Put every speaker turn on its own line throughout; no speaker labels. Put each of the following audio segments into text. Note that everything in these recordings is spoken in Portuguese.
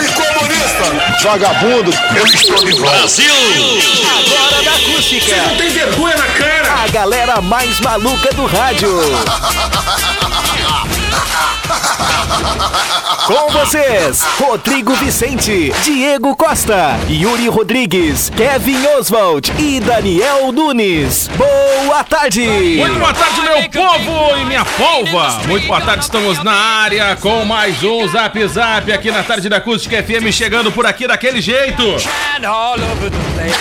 e comunista.
Vagabundo, eu estou de volta.
Tem vergonha na cara.
A galera mais maluca do rádio. Com vocês, Rodrigo Vicente, Diego Costa, Yuri Rodrigues, Kevin Oswald e Daniel Nunes. Boa tarde!
Muito boa tarde, meu povo e minha polva. Muito boa tarde, estamos na área com mais um Zap Zap aqui na tarde da Acústica FM, chegando por aqui daquele jeito.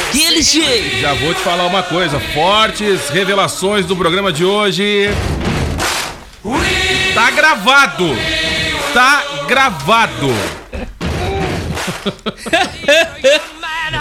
Aquele jeito.
Já vou te falar uma coisa, fortes revelações do programa de hoje. Tá gravado. Tá gravado.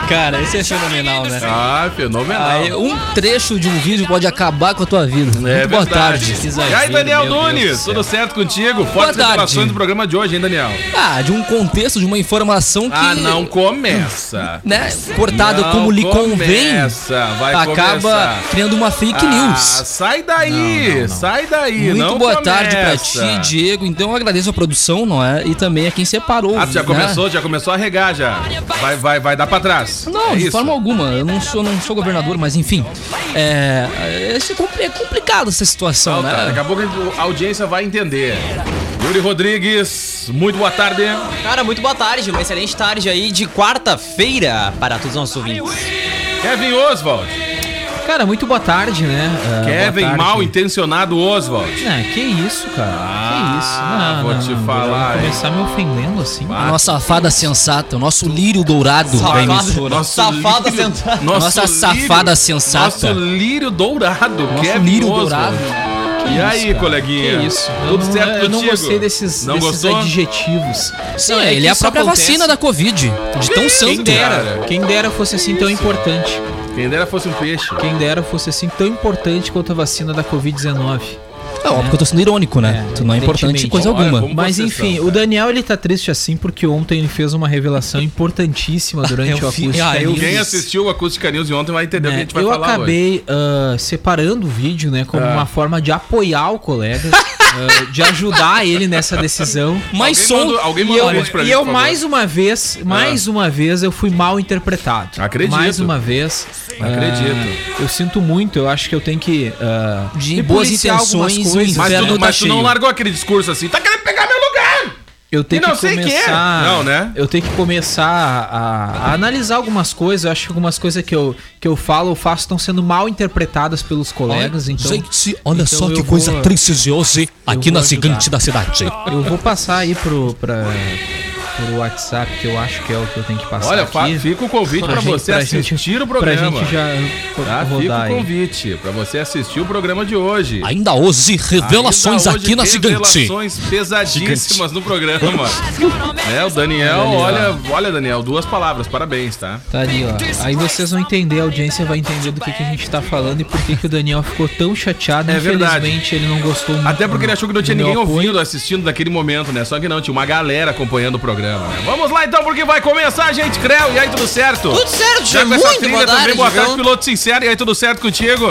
Cara, esse é fenomenal, né?
Ah, fenomenal.
Aí, um trecho de um vídeo pode acabar com a tua vida.
É
Muito boa
verdade.
tarde. Que
E aí,
exagero,
Daniel
meu Deus
Nunes,
do céu.
tudo certo contigo? Fortes
tarde.
revelações do programa de hoje, hein, Daniel?
Ah, de um contexto, de uma informação que.
Ah, não começa.
Né, cortada
Não
como lhe convém,
começa, vai
acaba
começar.
criando uma fake
Ah,
news.
sai daí, sai daí.
Muito
não
boa
começa.
tarde pra ti, Diego. Então eu agradeço a produção, não é? E também a quem separou.
Ah, tu já
né?
começou, já começou a regar já. Vai, vai, vai dar pra trás.
Não,
É
de
isso.
forma alguma. Eu não sou, não sou governador, mas enfim. É, esse é compli- é complicado essa situação,
Então tá,
né?
Daqui a pouco a audiência vai entender. Yuri Rodrigues, muito boa tarde.
Cara, muito boa tarde, uma excelente tarde aí de quarta-feira para todos os nossos ouvintes.
Kevin
É,
Oswald.
Cara, muito boa tarde, né? Ah,
Kevin,
boa tarde.
mal intencionado Oswald.
Ah, que isso, cara? que isso?
Ah, vou te falar,
Vou começar me ofendendo assim.
A nossa fada sensata, o nosso lírio dourado da emissora.
Nosso
Safada
lírio-
sentada.
nosso
Nossa safada sensata.
Nosso lírio dourado.
Nosso
Kevin
lírio
Oswald.
dourado.
e aí, coleguinha?
Que isso? Eu
Tudo
não-
certo
Eu não
contigo?
gostei desses,
Não
desses
gostou?
adjetivos.
Sim,
Não,
ele
que
é a
isso
própria
acontece.
vacina da Covid. De tão
Quem
santo.
dera,
cara.
quem dera fosse assim tão importante.
Quem dera fosse um peixe.
Quem dera fosse assim tão importante quanto a vacina da Covid-19.
É óbvio que eu tô sendo irônico, né?
É,
tu não é importante
evidentemente.
coisa
Olha,
alguma.
como-
Mas
vocês
enfim,
são,
o
cara.
Daniel ele tá triste assim porque ontem ele fez uma revelação importantíssima durante o
Eu vi-
acústico.
ah, eu
Quem
vi.
assistiu o Acústica News de ontem vai entender o que a gente vai
É, eu
falar hoje.
acabei ah, separando o vídeo, né, como
Ah.
uma forma de apoiar o colega, ah, de ajudar ele nessa decisão.
Mas
Alguém
som.
mandou- alguém
E
mandou um
eu,
vídeo pra
e
mim,
eu
por favor. Ah.
mais uma vez, mais uma vez eu fui mal interpretado.
Acredito.
Mais uma vez.
Acredito.
ah, eu sinto muito, eu acho que eu tenho que. ah,
De
me
boas
policiar algumas
intenções,
coisas.
o
Mas,
inferno
tu,
tá
mas tu não
cheio.
largou aquele discurso assim, tá querendo pegar meu lugar!
Eu tenho
E não
que
sei quem é.
começar.
Não, né?
Eu tenho que começar a, a analisar algumas coisas. Eu acho que algumas coisas que eu, que eu falo ou faço estão sendo mal interpretadas pelos colegas. Então,
Gente, olha
então
só
eu
que
vou-
coisa preciosa aqui
vou
na
ajudar.
gigante da cidade.
eu vou passar aí pro, pra, pro WhatsApp, que eu acho que é o que eu tenho que passar.
Olha, fa-
aqui,
fica o convite pra,
gente-
você
pra
assistir
gente-
o programa.
Pra gente já
Tá? Fica
rodar
o
aí.
convite pra você assistir o programa de hoje.
Ainda hoje, revelações
Ainda hoje,
aqui na gigante.
Revelações pesadíssimas no programa. é, o Daniel, olha, olha, Daniel, duas palavras, parabéns, tá?
Tá ali, ó. Aí vocês vão entender, a audiência vai entender do que, que a gente tá falando e por que, que o Daniel ficou tão chateado.
É
Infelizmente,
verdade.
ele não gostou muito.
Até porque ele achou que não tinha
do
ninguém
meu apoio.
ouvindo, assistindo daquele momento, né? Só que não, tinha uma galera acompanhando o programa. né? Vamos lá então, porque vai começar, gente. Creu, e aí tudo certo?
Tudo certo,
Já com
Diego.
essa
Muito boa
trilha
tarde,
também, boa tarde,
Diego.
piloto sincero. E aí, tudo certo contigo?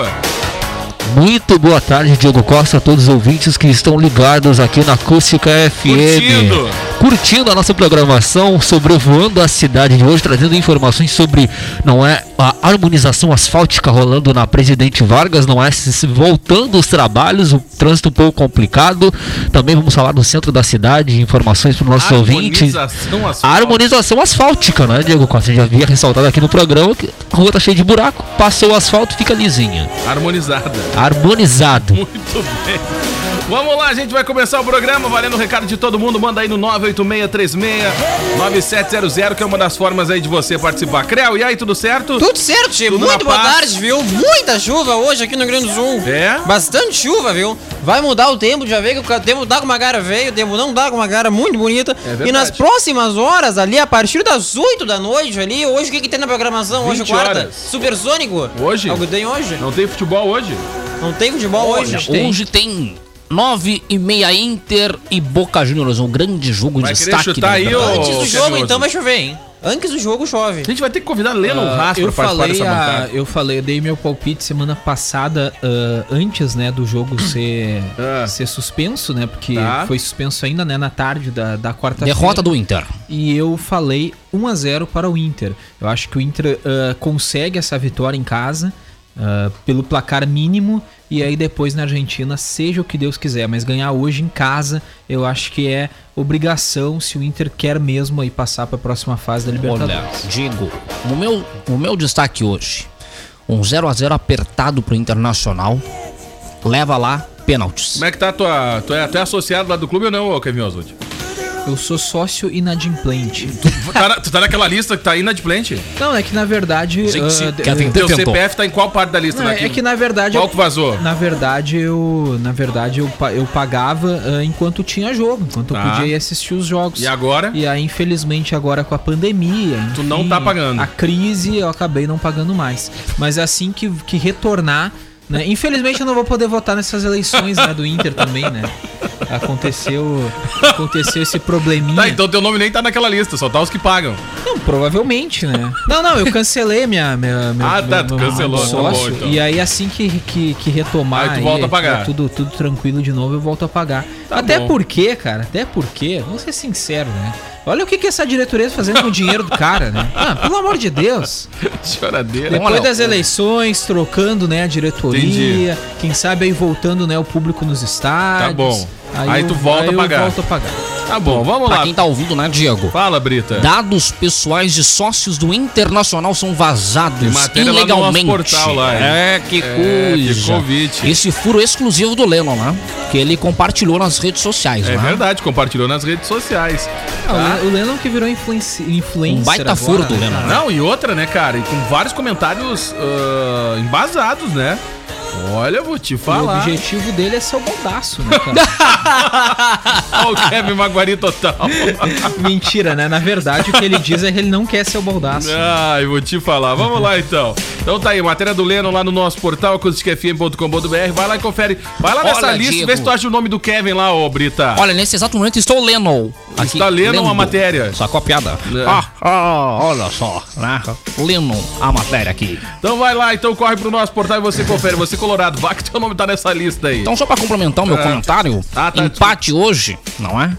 Muito boa tarde, Diogo Costa, a todos os ouvintes que estão ligados aqui na Acústica FM.
Curtindo.
Curtindo a nossa programação, sobrevoando a cidade de hoje, trazendo informações sobre, não é, a harmonização asfáltica rolando na Presidente Vargas, não é, se- se- voltando os trabalhos, o trânsito um pouco complicado. Também vamos falar do centro da cidade, informações para os nossos ouvintes.
Harmonização
A
asfáltica.
harmonização asfáltica, né, Diego Costa? A gente já havia ressaltado aqui no programa que a rua tá cheia de buraco, passou o asfalto, fica lisinha.
Harmonizada.
Harmonizado.
Muito bem. Vamos lá, a gente vai começar o programa valendo o recado de todo mundo. Manda aí no 986369700, que é uma das formas aí de você participar. Creu, e aí, tudo certo?
Tudo certo, Diego.
Tudo na
Muito boa
paz.
tarde, viu? Muita chuva hoje aqui no Rio Grande do Sul.
É?
Bastante chuva, viu? Vai mudar o tempo, já veio que o tempo dá com uma cara veio, o tempo não dá com uma cara muito bonita.
É verdade.
e nas próximas horas ali, a partir das 8 da noite ali, hoje o que, que tem na programação? Hoje
20
quarta?
horas.
Supersônico?
Hoje?
Algo tem hoje?
Não tem futebol hoje?
Não tem futebol hoje.
Hoje
Um
tem. nove e meia Inter e Boca Juniors, um grande jogo
Vai
de
querer
destaque. né,
chutar
do
aí,
campeonato.
ô?
Antes do
Ô,
jogo,
Pedroso.
então, vai chover, hein? Antes do jogo, chove.
A gente vai ter que convidar Lennon
Ah,
Rasta
eu
pra participar
falei,
dessa
a-
bancada.
eu falei, eu dei meu palpite semana passada, ah, antes, né, do jogo ser,
Ah.
ser suspenso, né, porque
Tá.
foi suspenso ainda, né, na tarde da, da quarta-feira.
Derrota do Inter.
E eu falei 1 a 0 para o Inter. Eu acho que o Inter ah, consegue essa vitória em casa, ah, pelo placar mínimo, e aí depois na Argentina, seja o que Deus quiser, mas ganhar hoje em casa, eu acho que é obrigação se o Inter quer mesmo aí passar para a próxima fase da
Olha,
Libertadores.
digo, o meu, o meu destaque hoje, um 0 a 0 apertado pro Internacional, leva lá pênaltis.
Como é que tá a tua. Tu é, tu é associado lá do clube ou não, ô Kevin Oswald?
Eu sou sócio inadimplente.
tá na- tu tá naquela lista que tá aí na de plente?
Não, é que na verdade.
Sim, sim,
ah, de-
que atendeu.
Teu
Tentou.
CPF tá em qual parte da lista
Não,
daqui?
é que na verdade.
Qual que vazou?
Na verdade, eu. Na verdade, eu, pa- eu pagava ah, enquanto tinha jogo, enquanto
Tá.
eu podia ir assistir os jogos.
E agora?
E aí, infelizmente, agora com a pandemia.
Tu não tá pagando.
A crise, eu acabei não pagando mais. Mas assim que, que retornar. né, Infelizmente eu não vou poder votar nessas eleições né, do Inter também, né? Aconteceu, aconteceu esse probleminha.
Tá, então teu nome nem tá naquela lista, só tá os que pagam.
Não, provavelmente, né? Não, não, eu cancelei minha. minha, minha
Ah, tá,
meu-
tu
meu
cancelou, tá
sócio,
bom, então.
E aí, assim que, que, que retomar.
Aí tu volta a pagar. Tá
tiver Tudo, tudo tranquilo de novo, eu volto a pagar. até
bom.
porque, cara, até porque, vamos ser sinceros, né? Olha o que, que essa diretoria tá fazendo com o dinheiro do cara, né? Ah, pelo amor de Deus.
Choradeira.
Depois das eleições, trocando, né, a diretoria.
Entendi.
Quem sabe aí voltando, né, o público nos estádios.
Tá bom. Aí tu volta a
eu
pagar.
volto a pagar.
Tá bom, vamos
Pra
lá.
quem tá ouvindo, né, Diego?
Fala, Brita.
Dados pessoais de sócios do Internacional são
Tem
vazados
matéria lá no nosso
ilegalmente.
portal lá, hein?
é, que
É, que
coisa.
convite.
Esse furo exclusivo do Lennon, né? Que ele compartilhou nas redes sociais,
É
né?
verdade, compartilhou nas redes sociais. Tá?
Ah, o Lennon que virou influenci- influencer.
Tá. Um baita
agora,
furo do
né?
Lennon. né?
Não, e outra, né, cara? E com vários comentários ah, embasados, né? Olha, eu vou te
O
falar.
objetivo dele é ser o baldaço, né, cara?
Olha o Kevin Maguari total.
Mentira, né? Na verdade, o que ele diz é que ele não quer ser o baldaço.
Ai, vou te falar. Vamos lá então. Então tá aí, matéria do Leno lá no nosso portal, acusticfm.com.br. Vai lá e confere. Vai lá nessa
Olha,
lista e
Diego.
vê se tu acha o nome do Kevin lá, ô Brita.
Olha, nesse exato momento estou lendo.
Está lendo uma matéria.
Sacou a piada?
É.
Ah, ah, olha só, né? Lendo a matéria aqui.
Então vai lá, então corre pro nosso portal e você confere. Você, Colorado, vá que teu nome tá nessa lista aí.
Então, só pra complementar o meu
É.
comentário,
Ah, tá,
empate hoje, não é?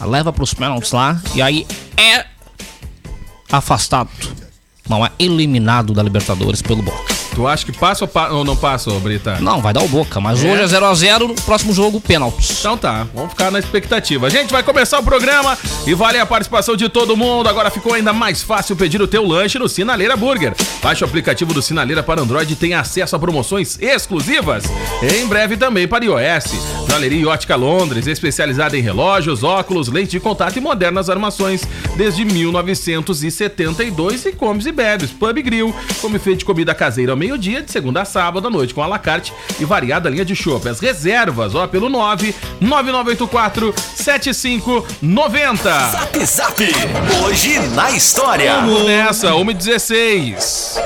Leva pros pênaltis lá e aí é afastado. Não é eliminado da Libertadores pelo Boca.
Tu acha que passa ou, pa- ou não passa, ô Brita?
Não, vai dar o Boca, mas
É.
hoje é 0x0, no próximo jogo, pênaltis.
Então tá, vamos ficar na expectativa. Gente, vai começar o programa e vale a participação de todo mundo. Agora ficou ainda mais fácil pedir o teu lanche no Sinaleira Burger. Baixe o aplicativo do Sinaleira para Android e tem acesso a promoções exclusivas. Em breve também para iOS. Joalheria e Ótica Londres, especializada em relógios, óculos, lente de contato e modernas armações desde 1972 e comes e bebes, pub e grill, come feito de comida caseira ao meio-dia, de segunda a sábado à noite com alacarte e variada linha de chopp. As reservas, ó, pelo 9 9984 7590.
Zap Zap, hoje na história.
Vamos nessa, 1h16.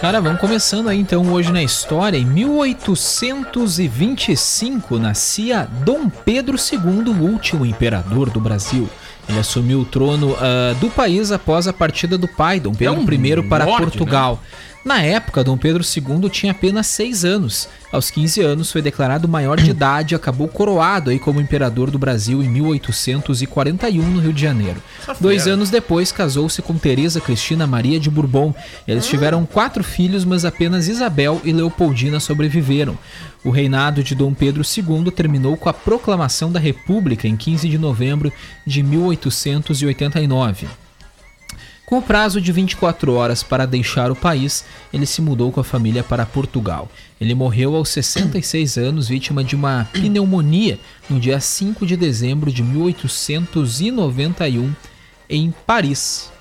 Cara, vamos começando aí então hoje na história. Em 1825 nascia Dom Pedro II, o último imperador do Brasil. Ele assumiu o trono ah, do país após a partida do pai, Dom Pedro
um
I, para
norte,
Portugal. Na época, Dom Pedro II tinha apenas 6 anos. Aos 15 anos, foi declarado maior de idade e acabou coroado aí como imperador do Brasil em 1841, no Rio de Janeiro. Dois anos depois, casou-se com Teresa Cristina Maria de Bourbon. Eles tiveram quatro filhos, mas apenas Isabel e Leopoldina sobreviveram. O reinado de Dom Pedro II terminou com a proclamação da República em 15 de novembro de 1889. Com o prazo de 24 horas para deixar o país, ele se mudou com a família para Portugal. Ele morreu aos 66 anos, vítima de uma pneumonia, no dia 5 de dezembro de 1891, em um, Paris.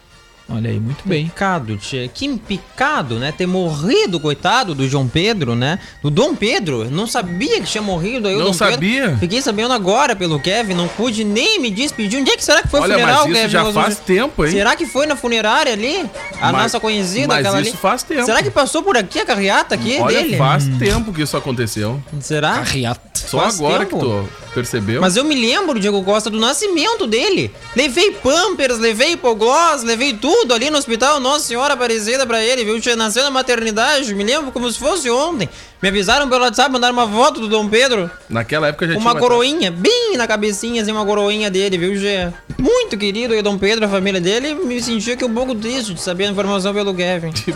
Olha aí, muito bem.
Picado, tchê. que picado, né? Ter morrido, coitado do João Pedro, né? Do Dom Pedro. Não sabia que tinha morrido aí o
Não
Dom Pedro.
sabia?
Fiquei sabendo agora pelo Kevin. Não pude nem me despedir. Onde é que será que foi
Olha,
o funeral,
mas isso
Kevin?
já
Nós-
faz tempo, hein?
Será que foi na funerária ali? A
Mas-
nossa conhecida,
mas
aquela
isso
ali?
faz tempo.
Será que passou por aqui a carreata aqui
Olha,
dele?
faz tempo que isso aconteceu.
Será?
Arriato.
Só
Faz
agora
tempo.
que tu percebeu.
Mas eu me lembro, Diego Costa, do nascimento dele. Levei pampers, levei hipoglós, levei tudo ali no hospital. Nossa Senhora Aparecida pra ele, viu? Tinha- Nasceu na maternidade, me lembro como se fosse ontem. Me avisaram pelo WhatsApp, mandaram uma foto do Dom Pedro.
Naquela época já
Uma
tinha
coroinha, bem na cabecinha, assim, uma coroinha dele, viu, Gê? Muito querido aí, Dom Pedro, a família dele. Me senti aqui um pouco triste de saber a informação pelo Kevin. Fiquei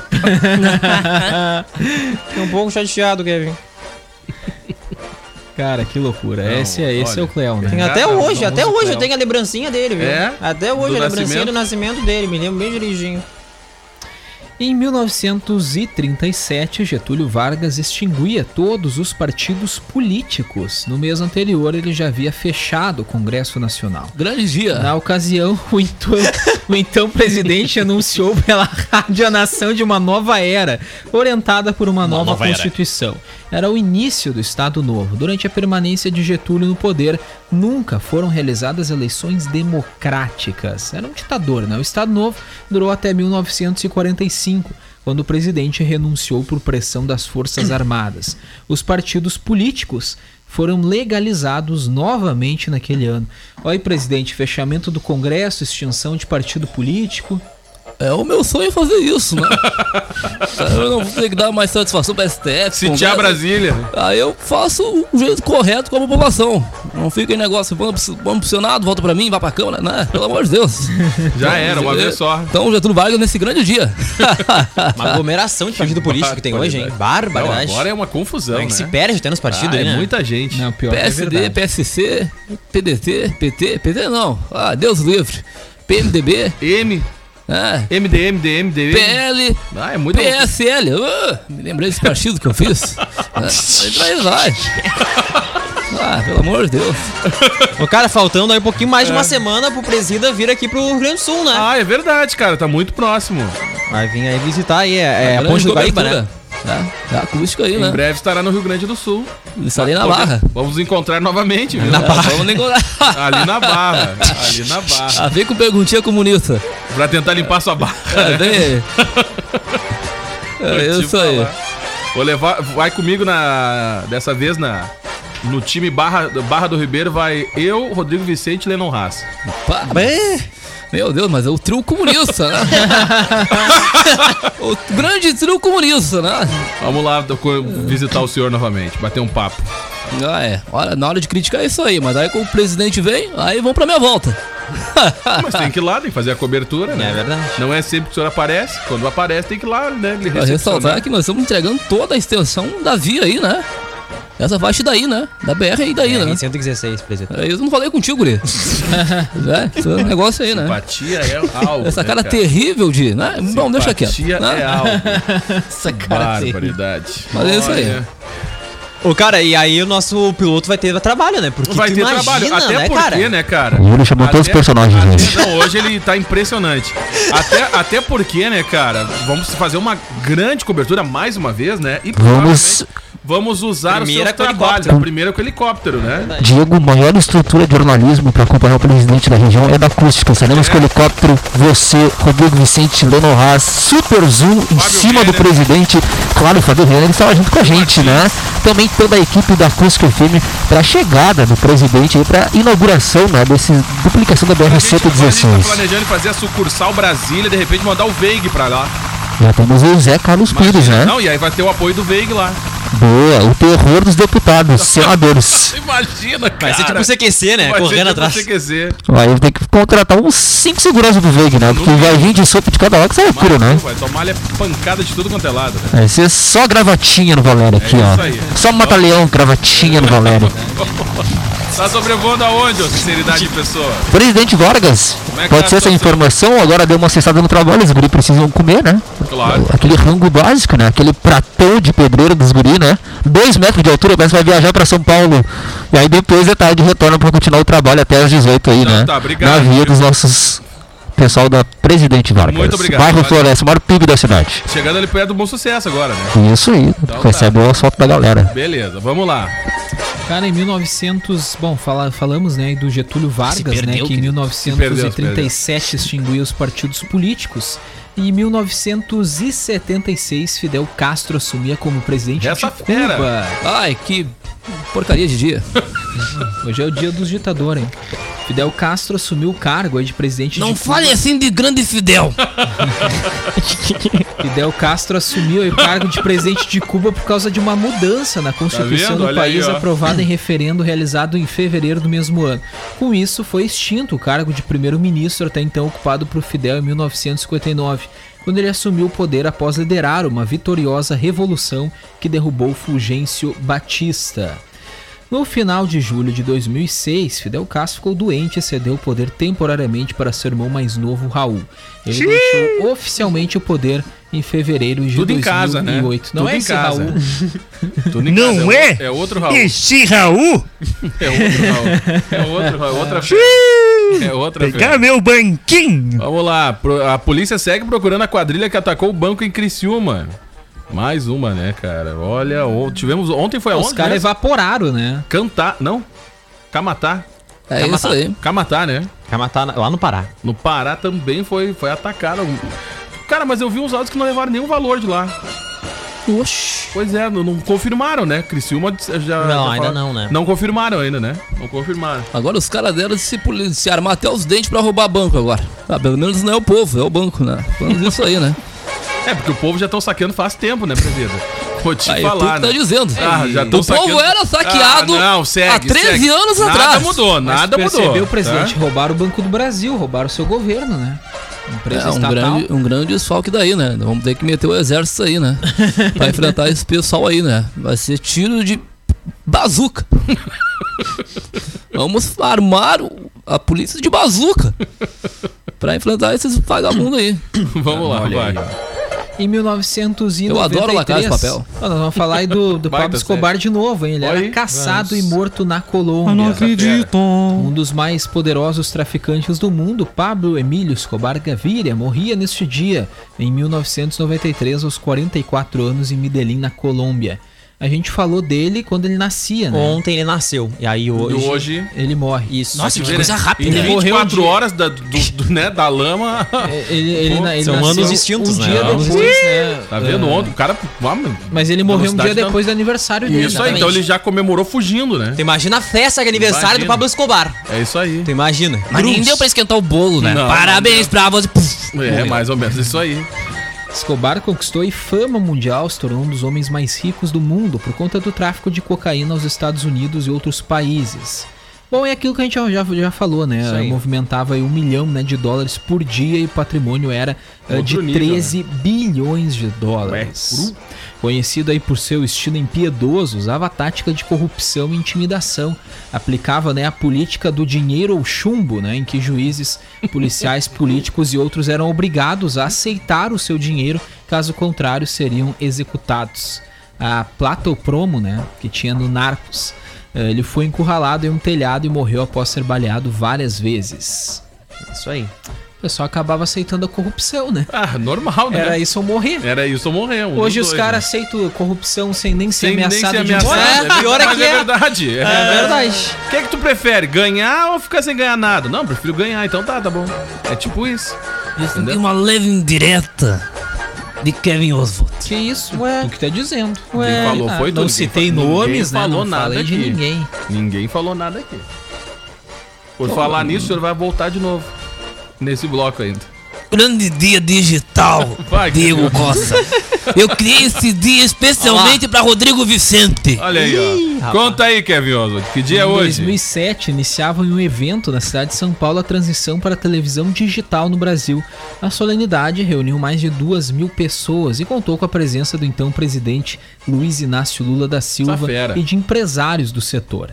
um pouco chateado, Kevin.
Cara, que loucura. esse é, esse é o
olha.
Cleo, né?
Tem até
Cada
hoje,
famoso
até hoje eu
Cleo.
tenho a lembrancinha dele, viu?
É?
Até hoje
Do
a lembrancinha
nascimento?
do nascimento dele, me lembro bem direitinho.
Em 1937, Getúlio Vargas extinguia todos os partidos políticos. No mês anterior, ele já havia fechado o Congresso Nacional.
Grande dia.
Na ocasião, o então, o então presidente anunciou pela rádio a nação de uma nova era, orientada por uma, nova,
nova era.
Constituição. Era o início do Estado Novo. Durante a permanência de Getúlio no poder, nunca foram realizadas eleições democráticas. Era um ditador, né? O Estado Novo durou até 1945. Quando o presidente renunciou por pressão das Forças Armadas. Os partidos políticos foram legalizados novamente naquele ano. Olha aí, presidente, fechamento do Congresso, extinção de partido político.
É o meu sonho é fazer isso, né? eu não vou ter que dar mais satisfação pra STF.
Se tinha
Congresso.
Brasília.
né?
né?
Aí eu faço o jeito correto com a população. Não fica em negócio, vamos pro- vamos pro Senado, volta pra mim, vai pra Câmara. Né? Pelo amor de Deus.
Já Ah, era, uma vez só.
Então, Getúlio Vargas nesse grande dia.
Uma aglomeração de partido político que tem hoje, hein?
Não,
Barbaridade.
agora é uma confusão,
É
né?
que se perde até nos partidos
Ah,
aí,
é
né?
muita gente.
Não, pior que é
PSD,
verdade.
PSC, PDT, PT, PT não. Ah, Deus livre. PMDB,
M,
ah,
MDM, DM, DM.
PL,
Ah, é muita
PSL. Ah, me lembrei desse partido que eu fiz. Ah, entra aí, vai. Ah, pelo amor de Deus.
O cara faltando aí um pouquinho mais de
É.
uma semana pro presida vir aqui pro Rio Grande do Sul, né?
Ah, é verdade, cara. Tá muito próximo.
Vai vir aí visitar aí, é, é a
Grande
Ponte do Guaíba,
cobertura.
né?
É, é acústica aí,
Em
né?
breve estará no Rio Grande do Sul.
Estarei na barra.
Vamos nos encontrar novamente, viu?
É, Vamos negociar.
Ali na barra. Ali na barra.
Ah, vem com perguntinha comunista.
Pra tentar limpar sua barra.
É, vem aí. É
Vou te
isso aí.
falar. Vou levar. Vai comigo na. Dessa vez na. No time Barra, Barra do Ribeiro vai eu, Rodrigo Vicente e Lennon Haas.
Pá, Meu Deus, mas é o trio comunista, né? o grande trio comunista, né?
Vamos lá co- visitar o senhor novamente, bater um papo.
Ah, é. Olha, na hora de criticar é isso aí, mas aí quando o presidente vem, aí vão pra minha volta.
Mas tem que ir lá, tem que fazer a cobertura, né?
É verdade.
Não é sempre que o senhor aparece. Quando aparece, tem que ir lá, né? lhe
Pra
recepcionar.
ressaltar que nós estamos entregando toda a extensão da via aí, né? Essa faixa daí, né? Da BR aí daí,
É,
né?
Em 116, presida.
Aí Eu não falei contigo, guri. né? Esse é um negócio aí, né?
Simpatia é algo.
Essa
né,
cara terrível de, né? Bom, deixa quieto.
Simpatia
né?
é algo.
Essa cara terrível.
Barbaridade.
Mas é isso aí.
Olha.
Ô, cara, e aí o nosso piloto vai ter trabalho, né? Porque
Vai
tu
ter
imagina,
trabalho. Até
né,
porque,
cara?
né, cara?
O Yuri chamou todos os personagens
até-
hoje.
Não, hoje ele tá impressionante. Até, até porque, né, cara? Vamos fazer uma grande cobertura mais uma vez, né? E
Vamos-
provavelmente Vamos usar
Primeira
os
com
seus trabalhos.
helicóptero.
A primeira com helicóptero, né?
Diego, maior estrutura de jornalismo para acompanhar o presidente da região é da acústica. Estaremos com o helicóptero, você, Rodrigo Vicente, Leno Haas, Super Zoom em
Fábio
cima do
Renner.
presidente. Claro, o Fábio Renner estava junto
Ah,
com a gente, né? Também toda a equipe da Acústica FM para a chegada do presidente e para a inauguração né, dessa duplicação da
A gente, agora a gente tá
BR-116.
planejando fazer a sucursal Brasília, de repente mandar o Veig pra lá.
Já temos o Zé Carlos Pires, né?
Não, e aí vai ter o apoio do Veig lá.
Boa, o terror dos deputados, senadores.
Imagina, cara.
Vai ser tipo CQC, né?
Vai ser
Correndo
tipo
atrás.
CQZ.
Vai ter que contratar uns 5 seguranças do Veig, né? Porque vai vir de sopa de cada lado que isso é loucura, né?
Vai tomar lhe- pancada de tudo quanto é lado, né?
Vai ser só gravatinha no Valério aqui,
É isso
ó.
aí.
Só mata-leão, gravatinha no Valério.
Tá sobrevoando aonde, ô sinceridade de pessoa?
Presidente Vargas,
Como é que tá
pode
a
ser essa
situação?
informação? Agora deu uma cessada no trabalho, os guri precisam comer, né?
Claro.
Aquele rango básico, né? Aquele pratão de pedreiro dos guri, né? Dois metros de altura, mas vai viajar pra São Paulo. E aí depois é tarde retorna pra continuar o trabalho até às 18 aí,
Então
né?
tá, obrigado,
Na via
viu?
dos nossos pessoal da Presidente Vargas.
Muito obrigado.
Bairro
Valeu.
Floresta, o maior PIB da cidade.
Chegando ali perto do Bom Sucesso agora, né?
Isso aí,
tá.
recebe o asfalto da galera.
Beleza, vamos lá.
Cara, em 1900, bom, fala- falamos né do Getúlio
Ah,
Vargas,
perdeu,
né, que em
querido.
1937 extinguiu os partidos políticos e em 1976 Fidel Castro assumia como presidente
Essa
de
fera.
Cuba.
Ai, que porcaria de dia.
Hoje é o dia dos ditadores, hein? Fidel Castro assumiu o cargo aí de presidente
Não
de Cuba.
fale assim de grande Fidel.
Fidel Castro assumiu aí o cargo de presidente de Cuba por causa de uma mudança na
Tá
Constituição
vendo?
do
Olha aí,
país
ó.
aprovada em referendo realizado em fevereiro do mesmo ano. Com isso, foi extinto o cargo de primeiro-ministro até então ocupado por Fidel em 1959, quando ele assumiu o poder após liderar uma vitoriosa revolução que derrubou Fulgêncio Batista. No final de julho de 2006, Fidel Castro ficou doente e cedeu o poder temporariamente para seu irmão mais novo, Raul. Ele deixou oficialmente o poder em fevereiro de
Tudo
2008.
em casa, né?
Não
Tudo
é
em
esse
casa.
Raul.
Tudo em
Não
casa,
é?
o- É outro Raul.
Esse Raul
É outro Raul. É outro Raul. É outra fé. É outra fé.
meu banquinho.
Vamos lá, pro- a polícia segue procurando a quadrilha que atacou o banco em Criciúma. Mais uma, né, cara? Olha, on- tivemos ontem foi
Os
ontem.
caras
né?
evaporaram, né?
cantar, não? Camatá,
É isso aí.
Camatá, né?
Quer matar lá no Pará.
No Pará também foi foi atacado. Cara, mas eu vi uns áudios que não levaram nenhum valor de lá.
Oxi.
Pois é, não, não confirmaram, né? Criciúma já- já
Não, ainda
fala-
não, né?
Não confirmaram ainda, né? Não confirmaram.
Agora os caras deram de se, poli- se armar até os dentes pra roubar banco agora. Ah, pelo menos não é o povo, é o banco, né? Vamos isso aí, né?
É, porque o povo já estão sacando faz tempo, né, Presida? Vou te
Aí tu
falar,
que tá
né?
dizendo.
Ah, já
o
tão
povo
saqueando-
era saqueado
Ah, não, segue,
há 13
segue.
anos
nada
atrás.
mudou,
Mas
nada mudou.
Percebeu,
tá?
presidente? Roubaram o Banco do Brasil, roubaram o seu governo, né? Empresa
É um
estatal.
grande, um grande desfalque daí, né? Vamos ter que meter o exército aí, né? pra enfrentar esse pessoal aí, né? Vai ser tiro de bazuca. Vamos armar o- a polícia de bazuca pra enfrentar esses vagabundos aí.
Vamos lá, vai.
Em 1993...
Eu adoro La Casa de Papel.
Ah, nós vamos falar aí do, do
Baita
Pablo Escobar de novo, hein? Ele
Olha
era
aí.
caçado e morto na Colômbia. Um dos mais poderosos traficantes do mundo, Pablo Emílio Escobar Gaviria, morria neste dia, em 1993, aos 44 anos, em Medellín, na Colômbia. A gente falou dele quando ele nascia, né?
Ontem ele nasceu. E aí
E
hoje.
hoje.
Ele morre.
Isso.
Nossa, que
vê,
coisa
né?
rápida,
Em
né?
Morreu
24
de-
horas da, do, do- né, da lama.
Ele, ele, na- ele
São
nasceu
anos distintos,
um
né?
dia
Não.
depois, né?
Tá vendo?
É,
Ontem o cara. ah, meu,
Mas ele morreu um dia
velocidade da-
depois do aniversário dele.
Isso aí, então ele já comemorou fugindo, né?
Tu imagina a festa de aniversário
Imagina.
do Pablo Escobar.
É isso aí.
Tu imagina.
Mas nem deu pra esquentar o bolo, né?
Não,
Parabéns pra você. Puf,
É,
morreu.
mais ou menos isso aí.
Escobar conquistou e fama mundial, se tornou um dos homens mais ricos do mundo por conta do tráfico de cocaína aos Estados Unidos e outros países. Bom, é aquilo que a gente já, já- já falou, né?
aí.
Movimentava aí um milhão né, de dólares por dia e o patrimônio era eh, de
nível, né? é
13 bilhões de dólares. Conhecido aí por seu estilo impiedoso, usava a tática de corrupção e intimidação. Aplicava né, a política do dinheiro ou chumbo, né, em que juízes, policiais, políticos e outros eram obrigados a aceitar o seu dinheiro, caso contrário seriam executados. A Plato Promo, né, que tinha no Narcos, eh, ele foi encurralado em um telhado e morreu após ser baleado várias vezes.
Isso aí.
O pessoal acabava aceitando a corrupção, né?
Ah, normal, né?
Era isso ou morrer.
É,
Era isso ou morreu. um
Hoje
dos
os
dois,
caras aceitam corrupção sem nem ser
Sem nem ser
ameaçado de
ameaçado,
morte.
é,
pior é
mas
que
é
é.
verdade. É,
É
verdade.
verdade.
O que é que tu prefere, ganhar ou ficar sem ganhar nada? Não, prefiro ganhar, então tá, tá bom. É tipo isso.
Eu senti uma leve indireta de Kevin Oswald.
Que isso? Ué. O que tá dizendo?
Quem falou foi tu,
ah, Não
ninguém
citei
fa-
nomes,
ninguém
né?
falou
não
nada
falei de
aqui.
ninguém.
Ninguém falou nada aqui. Por falar nisso, o senhor vai voltar de novo. Nesse bloco ainda.
Grande dia digital,
Vai,
Diego Costa. Eu criei esse dia especialmente para Rodrigo Vicente.
Olha aí, ó. Conta aí, Kevin Oswald. Que dia é
em
hoje?
2007, iniciavam em um evento na cidade de São Paulo a transição para a televisão digital no Brasil. A solenidade reuniu mais de duas mil pessoas e contou com a presença do então presidente Luiz Inácio Lula da Silva
fera.
e de empresários do setor.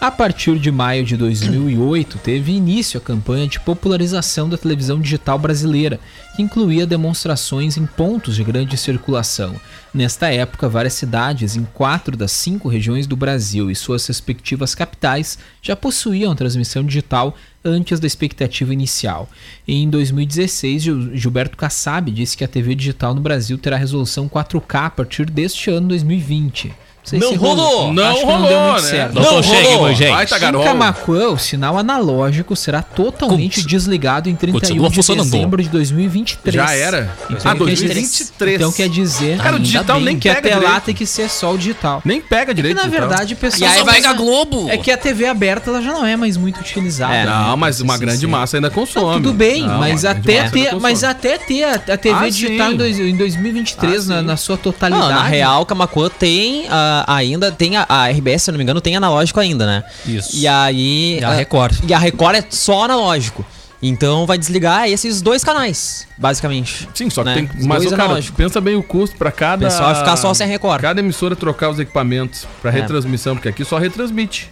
A partir de maio de 2008, teve início a campanha de popularização da televisão digital brasileira, que incluía demonstrações em pontos de grande circulação. Nesta época, várias cidades em quatro das cinco regiões do Brasil e suas respectivas capitais já possuíam transmissão digital antes da expectativa inicial. Em 2016, Gil- Gilberto Kassab disse que a TV digital no Brasil terá resolução 4K a partir deste ano 2020. sei
Não
se
rolou!
Não
Acho que
rolou,
deu muito
né?
certo.
Não
Doutor,
rolou.
chegue, meu gente.
Vai, tá
Em
garoto.
Camacuã, o sinal analógico será totalmente
Continua
desligado em 31 de
funcionando.
dezembro de 2023.
Já era?
Então,
Ah,
quer dizer-
2023.
Então quer dizer
Cara, o
ainda
digital
bem
nem
que
pega
até lá
direito.
tem que ser só o digital.
Nem pega direito.
na
então.
verdade, pessoal
E aí
só
vai
usa-
a Globo.
É que a TV aberta ela já não é mais muito utilizada. né?
Não, mas uma grande massa ainda
Não,
consome.
tudo bem,
Não,
mas,
uma grande
até
massa ainda
ter,
consome.
mas até ter a, a TV
Ah,
digital
sim. Ah,
em, dois- em 2023 na, na sua totalidade.
Não, na real, Camacuã É, tem ah, ainda, tem a, a RBS, se eu não me engano, tem analógico ainda, né?
Isso.
E aí.
E a
ah,
Record.
E a Record é só analógico. Então vai desligar esses dois canais, basicamente.
Sim, só que
né?
tem.
Os
Mas,
dois
ô, cara,
analógicos.
pensa bem o custo pra cada.
O pessoal vai ficar só sem Record.
Cada emissora trocar os equipamentos pra retransmissão, porque aqui só retransmite.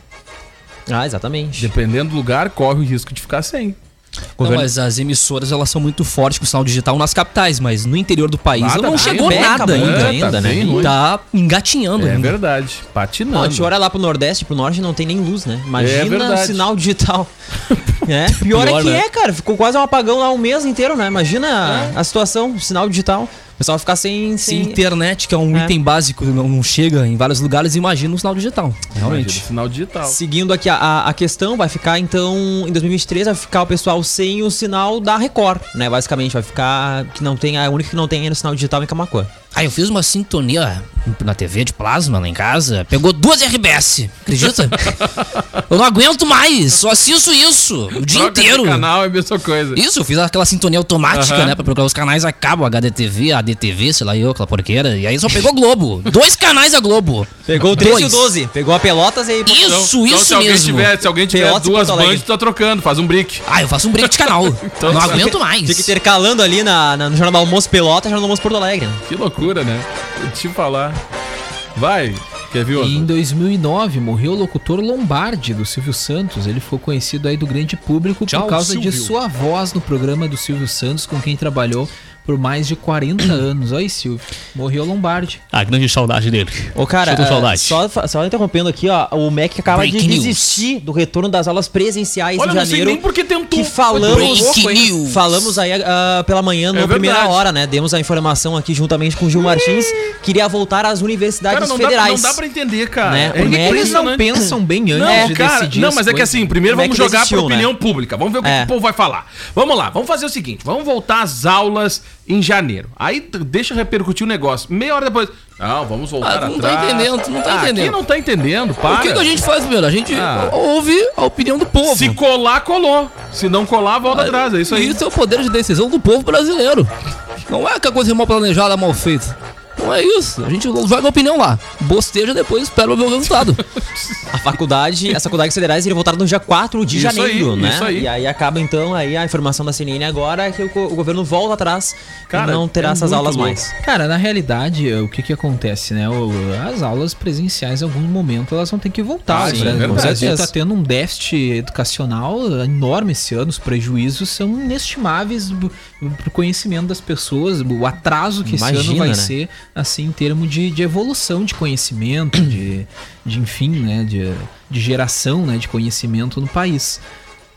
Ah, exatamente.
Dependendo do lugar, corre o risco de ficar sem.
Não,
governo-
mas as emissoras elas são muito fortes com o sinal digital nas capitais, mas no interior do país
Ah,
Lá tá
não
bem
chegou
ruim,
nada
tá
ainda,
bem, tá
ainda,
bem
né?
ruim.
Tá engatinhando
É
ainda.
verdade. Patinando.
Não, a gente olha lá pro Nordeste, pro Norte não tem nem luz, né?
É
Imagina o
verdade.
sinal digital. É, pior, é
Pior,
que
né?
é, cara. Ficou quase um apagão lá um mês inteiro, né? Imagina
É.
a situação, o sinal digital. O pessoal vai ficar sem...
Se
sem...
internet, que é um
É.
item básico, não não chega em vários lugares, imagina o sinal digital.
Imagina,
Realmente.
sinal digital.
Seguindo aqui a, a, a questão, vai ficar então, em 2023, vai ficar o pessoal sem o sinal da Record, né? Basicamente, vai ficar que não tem, a única que não tem ainda o sinal digital é em Camacuã.
Aí eu fiz uma sintonia na TV de plasma lá em casa, pegou duas RBS, acredita? eu não aguento mais, só assisto isso o dia
Troca de
inteiro.
canal é a mesma coisa.
Isso, eu fiz aquela sintonia automática, né? Pra procurar os canais a cabo, HDTV, ADTV, sei lá eu, aquela porqueira. E aí só pegou Globo. Dois canais a Globo.
Pegou o 13 e o 12, pegou a Pelotas e...
Então,
Isso, isso
se alguém
mesmo.
tiver, se alguém tiver
Pelotas e
duas
Porto Alegre.
bandas, tá trocando, faz um brick.
Ah, eu faço um break de canal.
Então,
não aguento mais.
Fica intercalando ali na, na- no Jornal do Almoço Pelotas e Jornal do Almoço Porto Alegre. né?
Que loucura, né? Vou te falar. Vai, quer ver
E em
outro?
2009 morreu o locutor Lombardi do Silvio Santos. Ele foi conhecido aí do grande público
Tchau,
por causa
Silvio.
de sua voz no programa do Silvio Santos, com quem trabalhou por mais de 40 anos. Olha aí, Silvio. Morreu Lolombardi.
A grande saudade dele.
Ô, cara,
Deixa eu ter
ah,
saudade.
só, fa- só interrompendo aqui, ó, o MEC acaba
Breaking
de
news.
desistir do retorno das aulas presenciais
Olha,
em
eu não sei
janeiro.
nem porque tentou.
que falamos,
Breaking news.
falamos aí ah, pela manhã, na
É
primeira
verdade.
hora, né? Demos a informação aqui juntamente com o Gil Martins, queria voltar às universidades
Cara, não dá, não
federais.
dá pra entender, cara. É
Né? Por que que
Eles não
impressionante.
pensam bem antes
Não,
de
cara,
decidir
não,
as
mas é que
coisas.
assim, primeiro
Como é
vamos
que
jogar
desistiu,
pra
né?
opinião pública. Vamos ver o que,
É.
que o povo vai falar. Vamos lá, vamos fazer o seguinte: vamos voltar às aulas em janeiro. Aí t- deixa repercutir o negócio. Meia hora depois. Não, vamos voltar
Ah, tu não tá
atrás.
entendendo, tu não tá
Ah,
entendendo.
Quem não tá entendendo, para.
O que, que a gente faz, meu? A gente
Ah.
ouve a opinião do povo.
Se colar, colou. Se não colar, volta atrás. É isso aí.
Isso é o poder de decisão do povo brasileiro. Não é que a coisa mal planejada, mal feita. Não é isso. A gente joga a opinião lá. Bosteja depois, espera pra ver o resultado.
A faculdade, as faculdades federais iriam voltar no dia 4 de
Isso aí,
janeiro, né?
isso aí.
E aí acaba então aí a informação da CNN agora é que o, co- o governo volta atrás
Cara,
e não terá
é
essas
muito
aulas
louco.
mais.
Cara, na realidade, eh, o que que acontece, né? O- As aulas presenciais, em algum momento, elas vão ter que
Ah,
voltar. O
sim,
Brasil-
é
o
verdade.
Brasil tá tendo um déficit educacional enorme esse ano. Os prejuízos são inestimáveis do- pro conhecimento das pessoas. O atraso que esse ano
Imagina,
vai
né?
ser, assim, em termos de, de evolução de conhecimento, de, de enfim, né? De, de geração, né? De conhecimento no país.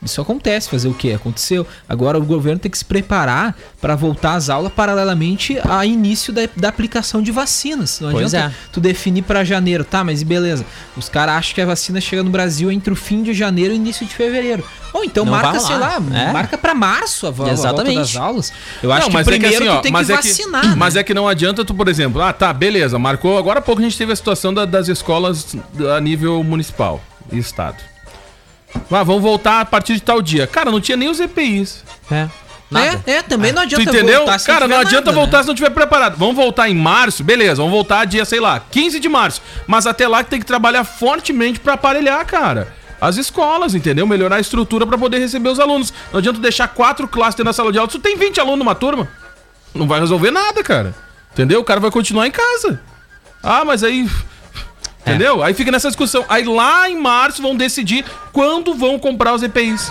Isso acontece, fazer o que? Aconteceu. Agora o governo tem que se preparar para voltar às aulas paralelamente ao início da, da aplicação de vacinas. Não
Pois
adianta
é.
tu definir para janeiro, tá? Mas e beleza. Os caras acham que a vacina chega no Brasil entre o fim de janeiro e início de fevereiro. Ou então
Não
marca,
vai
sei lá,
lá. É.
marca para março a, vo- a volta
Exatamente.
das aulas. Eu acho
não,
que
mas
primeiro
é que assim, ó,
tu tem
mas
que
é
vacinar.
Que,
né?
Mas é que não adianta tu, por exemplo, ah, tá, beleza, marcou. Agora há pouco a gente teve a situação da- das escolas a nível municipal e estado. Ah, vão voltar a partir de tal dia. Cara, não tinha nem os EPIs.
É. Nada.
É, é, também não
Tu
adianta
entendeu?
voltar se
Cara,
tiver
não adianta
nada, né?
voltar se não tiver preparado. Vamos voltar em março, beleza, vamos voltar dia, sei lá, 15 de março. Mas até lá tem que trabalhar fortemente pra aparelhar, cara. As escolas, entendeu? Melhorar a estrutura pra poder receber os alunos. Não adianta tu deixar quatro classes dentro da sala de aula. Se tu tem 20 alunos numa turma, não vai resolver nada, cara. Entendeu? O cara vai continuar em casa. Ah, mas aí.
É.
Entendeu? Aí fica nessa discussão. Aí lá em março vão decidir quando vão comprar os EPIs.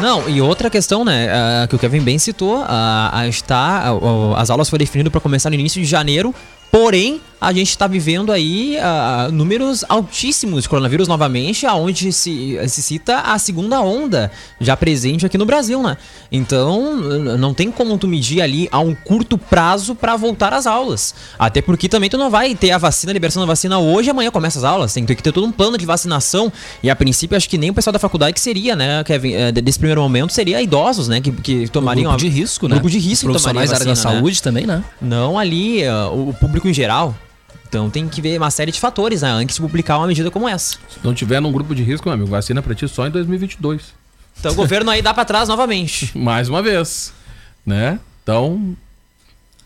Não, e outra questão, né, ah, que o Kevin bem citou, ah, ah, está, ah, o- as aulas foram definidas para começar no início de janeiro, porém, a gente está vivendo aí ah, números altíssimos de coronavírus novamente, aonde se, se cita a segunda onda, já presente aqui no Brasil, né? Então, n- não tem como tu medir ali a um curto prazo para voltar às aulas. Até porque também tu não vai ter a vacina, a liberação da vacina hoje, amanhã começa as aulas, tem que ter todo um plano de vacinação, e a princípio acho que nem o pessoal da faculdade que seria, né, Kevin, eh, desse primeiro momento seria idosos, né, que, que tomariam...
Grupo de
a-
risco, né?
Grupo de risco que tomaria
Profissionais da área da
vacina, né?
saúde também, né?
Não ali eh, o público em geral. Então tem que ver uma série de fatores, né, antes de publicar uma medida como essa.
Se não tiver num grupo de risco, meu amigo, vacina pra ti só em 2022.
Então o governo aí dá pra trás novamente.
Mais uma vez. Né? Então,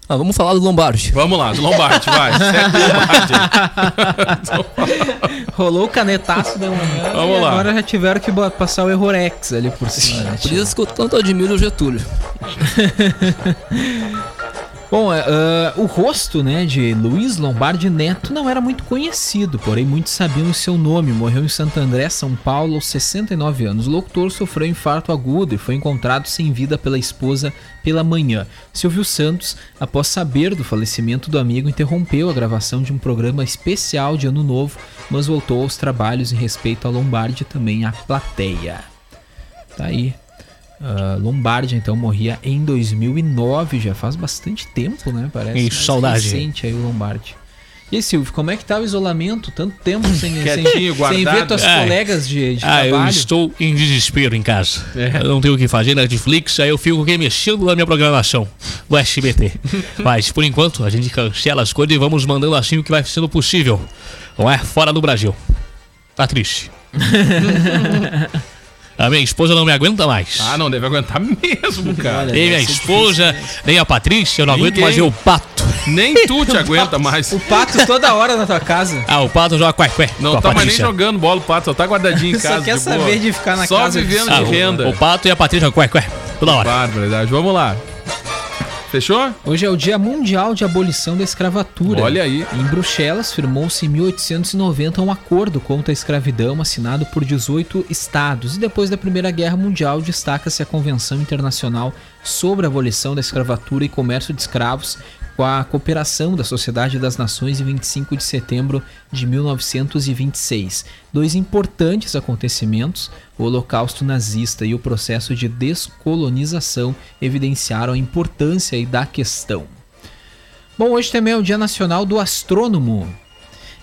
Ah, vamos falar do Lombardi.
vamos lá, do Lombardi, vai. Segue o Lombardi.
Rolou o canetaço da manhã
Vamos
e
lá.
agora já tiveram que bo- passar o errorex ali por cima. né,
Por
tia?
isso que eu tanto admiro o Getúlio.
Bom, é, ah, o rosto né, de Luiz Lombardi Neto não era muito conhecido, porém muitos sabiam o seu nome. Morreu em Santo André, São Paulo, aos 69 anos. O locutor sofreu um infarto agudo e foi encontrado sem vida pela esposa pela manhã. Silvio Santos, após saber do falecimento do amigo, interrompeu a gravação de um programa especial de Ano Novo, mas voltou aos trabalhos em respeito a Lombardi e também à plateia. Tá aí. Ah, Lombardi, então, morria em 2009, já faz bastante tempo, né? Parece.
Isso,
Mais
saudade.
Recente aí o Lombardi. E aí, Silvio, como é que tá o isolamento? Tanto tempo sem, sem,
Quietinho,
sem ver
guardado.
tuas
Ai.
colegas de, de
Ah, eu
trabalho.
estou em desespero em casa.
É.
Eu não tenho o que fazer na Netflix, aí eu fico remexendo na minha programação do SBT. Mas, por enquanto, a gente cancela as coisas e vamos mandando assim o que vai sendo possível. Não é? Fora do Brasil. Tá triste. a minha esposa não me aguenta mais.
Ah, não deve aguentar mesmo, cara.
Olha,
nem minha
deve ser
esposa, nem a Patrícia, eu não aguento
né? Ninguém.
mais ver o pato.
Nem tu te aguenta mais.
O pato toda hora na tua casa.
Ah, o pato joga quai, quai.
Não
com a
tá mais nem
Patrícia.
jogando bola, o pato, só tá guardadinho em
Só
casa.
quer
boa.
saber de ficar na
só
casa de
vivendo de,
Ah, o-
renda.
O, pato e a Patrícia jogam quai, quai. Toda hora.
Barbaridade. Vamos lá. Fechou?
Hoje é o Dia Mundial de Abolição da Escravatura.
Olha aí.
Em Bruxelas, firmou-se em 1890 um acordo contra a escravidão assinado por 18 estados. E depois da Primeira Guerra Mundial, destaca-se a Convenção Internacional sobre a Abolição da Escravatura e Comércio de Escravos, com a cooperação da Sociedade das Nações em 25 de setembro de 1926. Dois importantes acontecimentos, o Holocausto nazista e o processo de descolonização, evidenciaram a importância aí da questão. Bom, hoje também é o Dia Nacional do Astrônomo,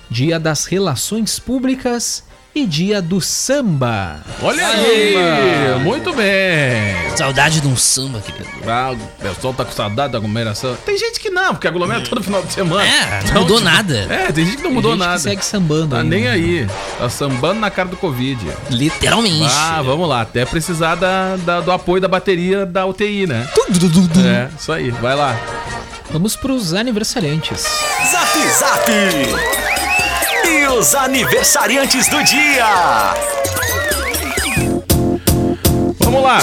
Dia das Relações Públicas e Dia do Samba.
Olha aí! Muito bem!
Saudade de um samba, querido.
Ah, o pessoal tá com saudade da aglomeração. Tem gente que não, porque aglomera todo final de semana. Então,
É, não mudou nada.
É, tem gente que não
Hum. Tem
mudou
gente que
nada.
segue sambando
Tá
aí,
nem
né?
aí. Tá sambando na cara do Covid.
Literalmente.
Ah, vamos lá. Até precisar da, da- do apoio da bateria da UTI, né? É, isso aí. Vai lá.
Vamos para os aniversariantes.
Zap Zap. E os aniversariantes do dia.
Vamos lá.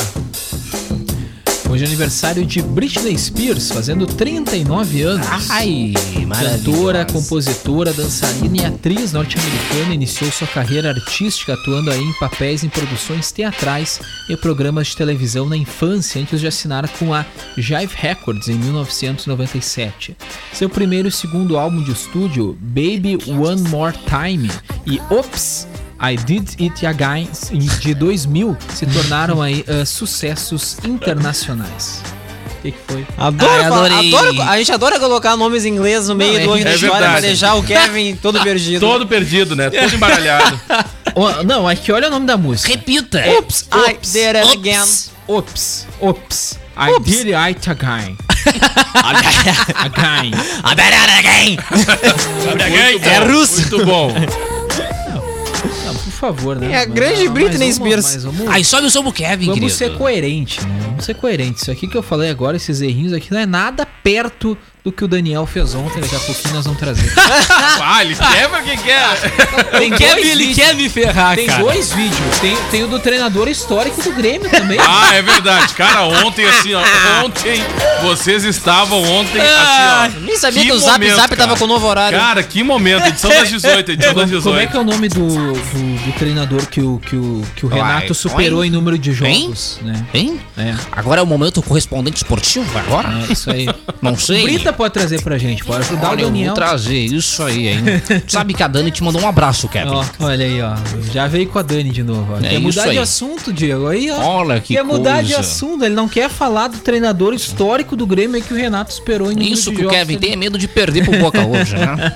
Hoje é aniversário de Britney Spears, fazendo 39 anos.
Ai,
Cantora,
maravilhosa.
compositora, dançarina e atriz norte-americana, iniciou sua carreira artística atuando aí em papéis em produções teatrais e programas de televisão na infância, antes de assinar com a Jive Records em 1997. Seu primeiro e segundo álbum de estúdio, Baby One More Time e Ops! I Did It Again de 2000 se tornaram aí ah, sucessos internacionais. O que, que foi?
Adoro,
Ai,
falar-
adorei.
adoro- A gente adora colocar nomes em inglês no meio
é
do ano da
ridículo.
história
É
pra
verdade.
deixar o Kevin todo perdido.
Todo perdido, né? Todo embaralhado.
Ó, não, é que olha o nome da música.
Repita.
Ops, I did it again.
Ops, ops. I did it again. again.
I did it again.
É russo.
Muito bom.
Não, por favor, né?
É a grande
Mas
Britney
É,
vamos-
Spears.
mas vamos,
Aí sobe o som pro Kevin,
vamos
querido.
ser coerente, né? vamos ser coerentes. Isso aqui que eu falei agora, esses errinhos aqui, não é nada perto do que o Daniel fez ontem. Daqui a pouquinho nós vamos trazer.
Ah, ele quebra o que quer.
Tem
Quer me-
dois
ele
vídeos.
quer me ferrar,
Tem
cara.
dois vídeos. Tem, tem o do treinador histórico do Grêmio também.
Ah, é verdade. Cara, ontem, assim, ó. Ontem, vocês estavam ontem, assim, ó.
Nem sabia que, o Zap
momento,
Zap tava
cara.
com o novo horário.
Cara, que momento. Edição das 18, edição das
Como,
18.
como é que é o nome do, do, do treinador que o, que o, que o Renato superou em número de jogos? Né?
Hein?
É,
Agora é o momento correspondente esportivo? Agora?
é, isso aí.
Não sei.
Brita pode trazer pra gente, pode ajudar
Olha, eu
o
vou
Daniel.
trazer isso aí, hein? Tu Sabe que a Dani te mandou um abraço, Kevin.
Ó, olha aí, ó. Já veio com a Dani de novo. Ó.
É
quer
isso
mudar
aí.
de assunto, Diego. Aí, ó.
Olha que
quer mudar de
coisa.
assunto. Ele não quer falar do treinador histórico do Grêmio que o Renato esperou em número
Isso
de
que o
jogos.
Kevin tem é medo de perder pro Boca hoje, né?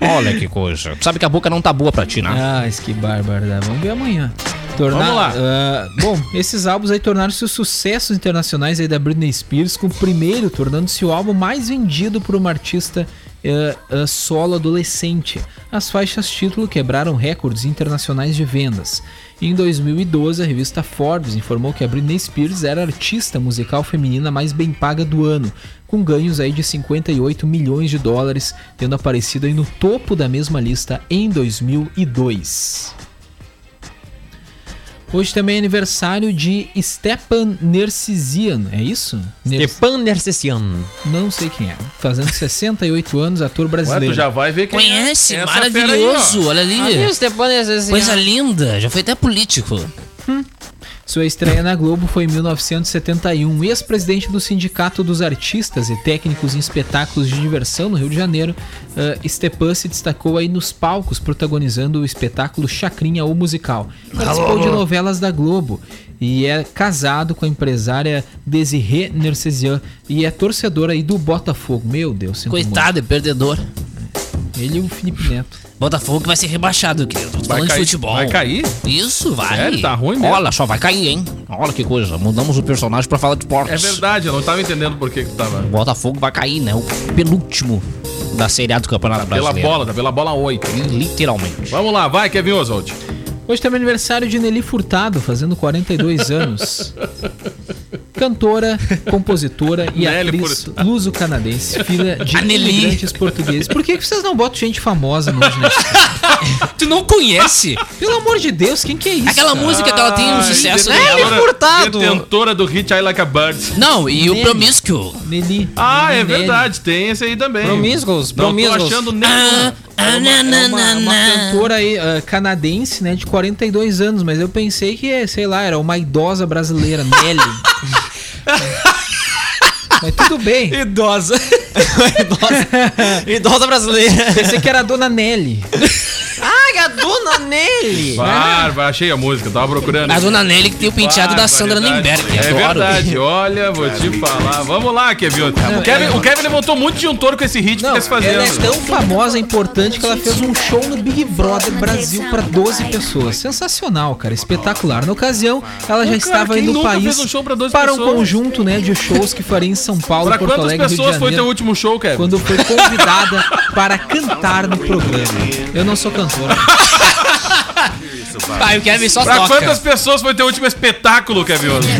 Olha que coisa. Tu Sabe que a Boca não tá boa pra ti, né?
Ah, isso que bárbaro, né? Vamos ver amanhã. Tornar,
Vamos lá.
ah, bom, esses álbuns aí tornaram-se os sucessos internacionais aí da Britney Spears, com o primeiro tornando-se o álbum mais vendido por uma artista ah, ah, solo adolescente. As faixas título quebraram recordes internacionais de vendas. Em 2012, a revista Forbes informou que a Britney Spears era a artista musical feminina mais bem paga do ano, com ganhos aí de 58 milhões de dólares, tendo aparecido aí no topo da mesma lista em 2002. Hoje também é aniversário de Stepan Nercisian, é isso? Ner-
Stepan Nercessian.
Não sei quem é. Fazendo 68 anos, ator
Ué, tu
brasileiro.
já vai ver quem
Conhece,
é. Essa fera aí, ó. Ah,
maravilhoso. Olha
Ih, o
ali.
Stepan Nercessian.
Coisa linda. Já foi até político.
Sua estreia na Globo foi em 1971. Ex-presidente do Sindicato dos Artistas e Técnicos em Espetáculos de Diversão no Rio de Janeiro, eh, Stepan se destacou aí nos palcos, protagonizando o espetáculo Chacrinha ou Musical. Participou de novelas da Globo e é casado com a empresária Desirê Nercesian e é torcedor aí do Botafogo. Meu Deus, sinto muito.
Coitado, é perdedor.
Ele e o Felipe Neto.
Botafogo que vai ser rebaixado, querido. Tô
Vai
falando de
cair.
futebol.
Vai cair?
Isso, vai.
Sério? Tá ruim mesmo?
Olha só, vai cair, hein? Olha que coisa. Mudamos o personagem pra falar de esportes.
É verdade, eu não tava entendendo por que que tu tava.
O Botafogo vai cair, né? O penúltimo da Série A do Campeonato
Pela
Brasileiro.
bola, tá pela bola 8.
Literalmente.
Vamos lá, vai, Kevin Oswald.
Hoje também é aniversário de Nelly Furtado, fazendo 42 anos. Cantora, compositora e
Nelly
atriz luso-canadense, filha de
A Nelly.
imigrantes portugueses. Por que que vocês não botam gente famosa no hoje, né?
Tu não conhece?
Pelo amor de Deus, quem que é isso?
Aquela música que ela tem um sucesso dela.
Detentora-
Furtado.
Detentora do hit I Like a Bird.
Não, e o Promiscuo.
Nelly.
Ah, é
Nelly.
verdade, tem esse aí também.
Promiscuous,
Não tô
promiscuous.
achando nenhum.
É uma, uma cantora aí, ah, canadense, né, de 42 anos, mas eu pensei que, é, sei lá, era uma idosa brasileira, Nelly. mas tudo bem.
Idosa. Idosa. Idosa brasileira.
Pensei que era a dona Nelly.
Ah, a dona Nelly.
Bárbara, achei a música, tava procurando.
A dona Nelly que tem o penteado da Sandra
Barbaridade.
Nemberg.
É
adoro.
verdade, olha, vou te falar. Vamos lá, Kevin. O Kevin, o Kevin levantou muito juntor com esse hit que tá se
Ela é
fazendo.
tão famosa e importante que ela fez um show no Big Brother Brasil pra 12 pessoas. Sensacional, cara, espetacular. Na ocasião, ela já
cara,
estava
quem
aí no
nunca
país
fez um show pra 12
para um
pessoas?
conjunto né, de shows que faria em São Paulo,
Pra
Porto
quantas
Alegre, Rio de
pessoas foi teu
Janeiro,
último show, Kevin?
quando foi convidada para cantar no programa. Eu não sou cantora.
Ah, o Kevin só
Pra
toca.
quantas pessoas foi teu último espetáculo, Kevin? Oswald?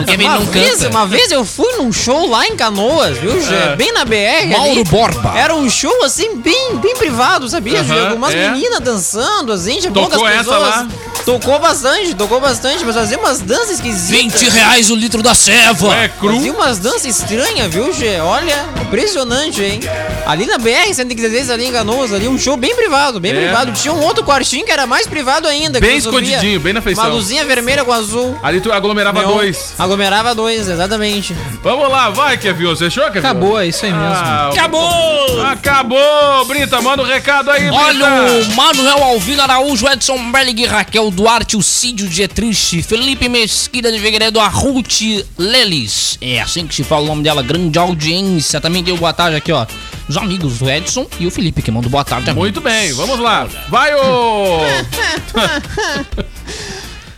O Kevin
Uma
não
vez,
canta.
uma vez eu fui num show lá em Canoas, viu, Gê?
É.
Bem na BR.
Mauro Borba.
Era um show assim, bem, bem privado, sabia,
Aham,
Diego? Umas
é.
meninas Tá dançando, assim, de
Tocou
poucas
essa
pessoas.
lá?
Tocou bastante, tocou bastante, mas fazia umas danças esquisitas.
20 reais o litro da ceva.
É
Fazia
cru.
umas danças estranhas, viu, Gê? Olha, impressionante, hein? Ali na BR-116, ali em Canoas, ali, um show bem privado, bem
É.
privado. Tinha um outro quartinho que era mais privado ainda. que
Bem
tu subia
escondidinho, bem na feição.
Uma luzinha vermelha com azul.
Ali tu aglomerava
Neon.
dois.
Aglomerava dois, exatamente.
Vamos lá, vai, Kevin. Oswald. Fechou, Kevin?
Acabou, é isso aí mesmo.
Ah,
Acabou!
Acabou, Brita, manda um recado aí,
Olha
Brita.
o Manuel Alvino Araújo, Edson Berling, Raquel Duarte, o Cídio Dietrich, Felipe Mesquita de Figueiredo, a Ruth Lelis. É assim que se fala o nome dela, grande audiência. Também deu boa tarde aqui, ó. Os amigos do Edson e o Felipe que mandou boa tarde. também.
Muito bem, vamos lá. Vai, ô!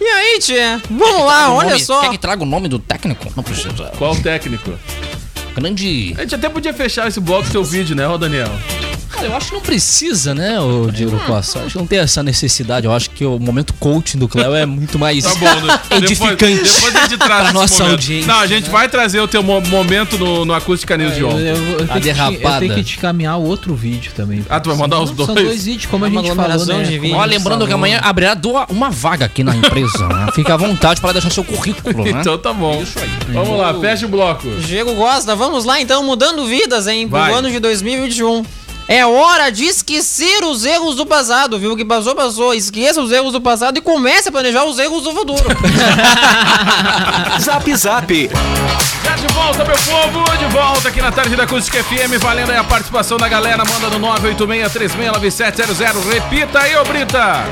E aí, tia? Vamos lá,
O
Ah, olha
nome-
só.
Quer que traga o nome do técnico? Não precisa.
Qual o técnico?
Grande.
A gente até podia fechar esse bloco do seu vídeo, né, ô Daniel?
Cara, eu acho que não precisa, né, o Diego Costa? Eu acho que não tem essa necessidade. Eu acho que o momento coaching do Cléo é muito mais
Tá bom, né?
edificante.
Depois, depois a gente traz
Pra
esse
nossa
momento.
audiência, né? É,
Não, a gente vai trazer o teu mo- momento no, no Acústica News de
Eu,
ontem.
eu- eu
A
tenho que te, eu
derrapada.
tenho que te caminhar outro vídeo também.
Ah, tu vai mandar os
São- São
dois?
dois vídeos, como a
Uma
gente falou,
aglomeração
né?
de vídeo.
Ó, lembrando que amanhã abrirá duas- uma vaga aqui na empresa. né? Fica à vontade para deixar seu currículo, né? Uhum.
Então tá bom. Vamos lá, fecha o bloco.
Diego Costa, vamos lá então, mudando vidas, hein? Pro
Vai.
ano de 2021. É hora de esquecer os erros do passado, viu? O que passou, passou. Esqueça os erros do passado e comece a planejar os erros do futuro.
Zap Zap.
Tá de volta, meu povo! De volta aqui na tarde da Acústica FM, valendo aí a participação da galera. Manda no 986369700. Repita aí, ô Brita!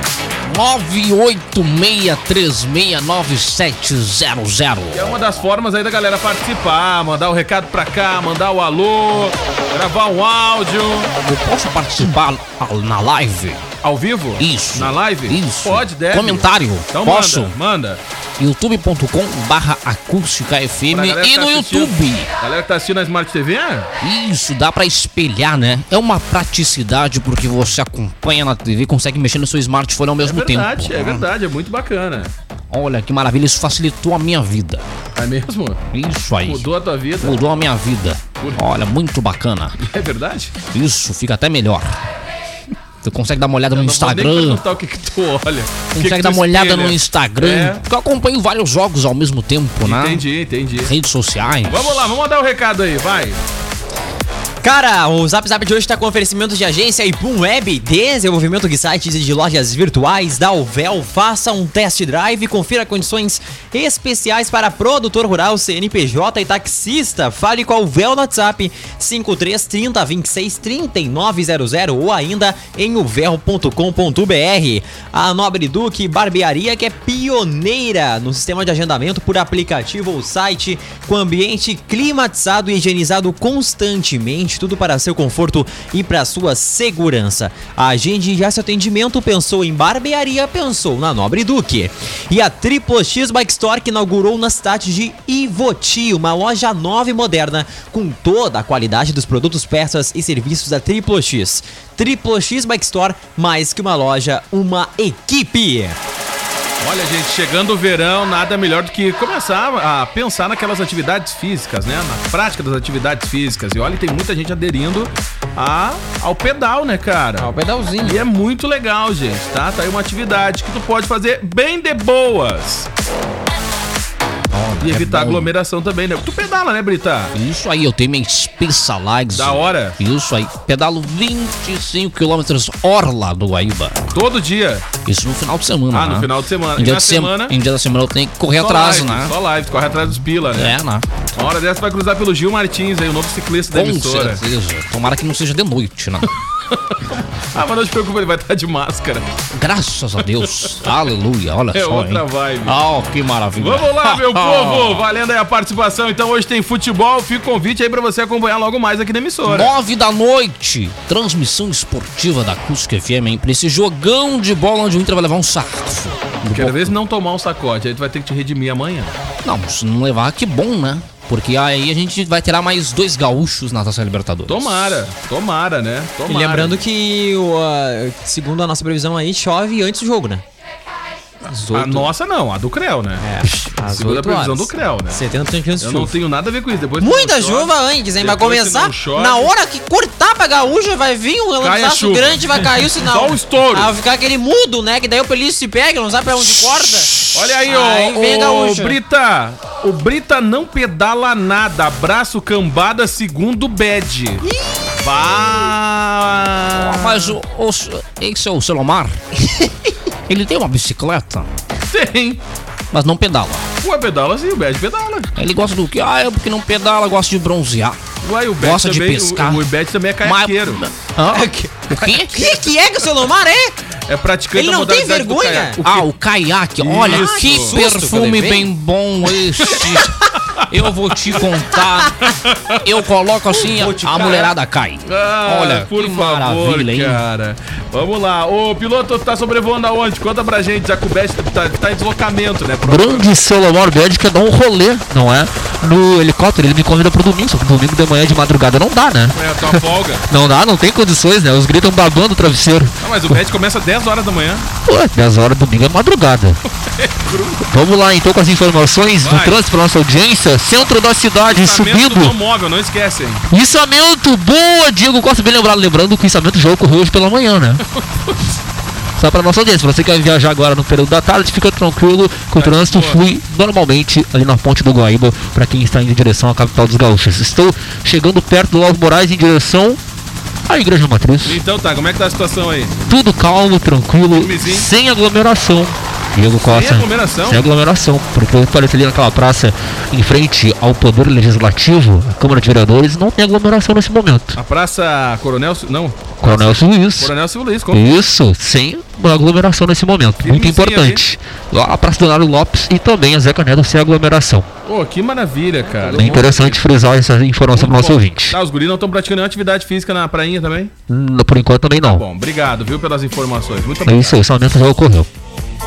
986369700.
É uma das formas aí da galera participar, mandar o recado pra cá, mandar o alô, gravar um áudio.
Eu posso participar ao- na live?
Ao vivo?
Isso.
Na live?
Isso.
Pode, deve.
Comentário.
Então
posso?
manda, manda.
youtube.com barra acústica
Pra
FM
galera que
e
tá
no
assistindo.
YouTube.
Galera que tá assistindo na Smart TV?
Isso, dá pra espelhar, né? É uma praticidade porque você acompanha na TV e consegue mexer no seu smartphone ao mesmo
É verdade,
tempo.
é
né?
verdade, é muito bacana.
Olha que maravilha, isso facilitou a minha vida.
É mesmo?
Isso aí.
Mudou a tua vida?
Mudou a minha vida. Olha, muito bacana.
É verdade?
Isso, fica até melhor. Tu consegue dar uma olhada no
Não vou nem
Instagram.
perguntar o que que tu olha. o que
Consegue
que
dar
tu
uma olhada
espelha.
no Instagram.
É.
Porque eu acompanho vários jogos ao mesmo tempo, né?
Entendi, entendi.
Redes sociais.
Vamos lá, vamos dar o recado aí, vai.
Cara, o Zap Zap de hoje tá com oferecimento de agência Ipum Web, desenvolvimento de sites e de lojas virtuais da Uvel. Faça um test drive e confira condições especiais para produtor rural, CNPJ e taxista. Fale com a Uvel no WhatsApp 5330 26 3900 ou ainda em uvel.com.br. A Nobre Duque Barbearia, que é pioneira no sistema de agendamento por aplicativo ou site, com ambiente climatizado e higienizado constantemente, tudo para seu conforto e para sua segurança. Agende já seu atendimento, pensou em barbearia, pensou na Nobre Duque. E a Triplo X Bike Store, que inaugurou na cidade de Ivoti, uma loja nova e moderna, com toda a qualidade dos produtos, peças e serviços da Triplo X. Triplo X Bike Store, mais que uma loja, uma equipe.
Olha, gente, chegando o verão, nada melhor do que começar a pensar naquelas atividades físicas, né? Na prática das atividades físicas. E olha, tem muita gente aderindo a, ao pedal, né, cara?
Ó, o pedalzinho.
E é muito legal, gente, tá? Tá aí uma atividade que tu pode fazer bem de boas.
É
e evitar aglomeração também, né? Tu pedala, né, Brita?
Isso aí, eu tenho minha Specialized.
Da hora.
Isso aí. Pedalo 25 km orla do Guaíba.
Todo dia.
Isso no final de semana.
Ah, no
né?
final de semana.
Em
E
dia,
na
de sema-
semana?
em dia da semana eu tenho que correr
Só
atrás,
live,
né?
Só live, tu corre atrás dos pila, né?
É, né?
Uma hora dessa tu vai cruzar pelo Gil Martins aí, o novo ciclista da
Com
emissora.
certeza. Tomara que não seja de noite, né?
Ah, mas não te preocupa, ele vai estar de máscara.
Graças a Deus. Aleluia. Olha
É
só.
outra
hein?
vibe.
Ah, que maravilha.
Vamos lá, meu povo! Valendo aí a participação. Então hoje tem futebol. Fica o convite aí pra você acompanhar logo mais aqui na emissora.
Nove da noite, transmissão esportiva da Acústica FM, hein? Pra esse jogão de bola onde o Inter vai levar um sarrafo. Do
Quero
Bo-
ver se não tomar um sacode. Aí tu vai ter que te redimir amanhã.
Não, se não levar, que bom, né? Porque aí a gente vai tirar mais dois gaúchos na Taça Libertadores.
Tomara, tomara, né?
E
Tomara.
lembrando que, o, ah, segundo a nossa previsão aí, chove antes do jogo, né? Às
A
oito-
nossa não, a do Creu, né?
É, às
Segundo a
oito
previsão
horas.
do CREL, né?
70% de
Eu não
chuva.
tenho nada a ver com isso. Depois que
Muita
não chove,
chuva antes, hein? Vai
depois que
começar
não chove,
na hora que cortar pra gaúcha, vai vir um
Cai a
relâmpago
chuva.
grande, vai cair o sinal.
Só um estouro.
Vai ficar aquele mudo, né? Que daí o pelício se pega, não sabe pra onde corta.
Olha aí,
Aí
ô,
vem
ô,
gaúcho.
Brita. O Brita não pedala nada. Abraço cambada segundo bad. Vá!
Mas o, o, esse é o Selomar. Ele tem uma bicicleta,
Tem.
mas não pedala.
Ué, pedala sim, o bad pedala.
Ele gosta do que? Ah, é porque não pedala, gosta de bronzear.
Ué, e o Bad
Gosta de
também,
pescar.
O, o Bad também é caiaqueiro.
Hã? O quê?
Que que é que o Solomar é?
É praticante
Ele
da
não tem
modalidade do
vergonha? Ah,
caiaque. O
Ah, o caiaque. Olha,
Isso.
que
Susto
perfume bem bom esse.
Eu vou te contar. Eu coloco assim,
Vou te
a
cara.
mulherada cai.
Ah,
Olha,
por
que
favor,
maravilha, hein?
cara. Vamos lá. O piloto tá sobrevoando aonde? Conta pra gente, já que o Best tá, tá em deslocamento, né? Pro-
Grande Solomor Bad quer dar um rolê, não é? No helicóptero, ele me convida pro domingo, só que domingo de manhã de madrugada não dá, né?
É, tá uma folga.
Não dá, não tem condições, né? Os gritam babando o travesseiro.
Ah, mas o Bet começa às 10 horas da manhã.
Pô, 10 horas domingo é madrugada. Vamos lá então com as informações do
Vai.
trânsito pra nossa audiência. Centro da cidade
Lançamento do
subindo.
móvel, não esquecem.
Içamento, boa, Diego Costa, bem lembrado. Lembrando que o içamento já ocorreu hoje pela manhã, né? Só para nossa audiência, você que vai viajar agora no período da tarde, fica tranquilo que o trânsito
boa.
flui normalmente ali na ponte do Guaíba para quem está indo em direção à capital dos gaúchos. Estou chegando perto do Alves Moraes em direção à Igreja Matriz.
Então tá, como é que tá a situação aí?
Tudo calmo, tranquilo,
Firmezinho.
sem aglomeração. Diego Costa.
aglomeração?
Sem aglomeração, porque eu parece ali naquela praça em frente ao Poder Legislativo, a Câmara de Vereadores, não tem aglomeração nesse momento.
A Praça Coronel... Su- Não,
Coronel Suíço.
Coronel Silvio Luiz, como?
Isso, sem aglomeração nesse momento. Muito
Firmezinho
importante. Lá a Praça Donário Lopes e também a Zeca Neto sem aglomeração.
Pô, que maravilha, cara.
Bem interessante frisar essa informação para o nosso
Bom,
ouvinte.
Tá, os guris não estão praticando nenhuma atividade física na prainha também?
Hum, Por enquanto também não.
Bom, obrigado, viu, pelas informações. Muito
É
obrigado.
isso aí, esse aumento já ocorreu.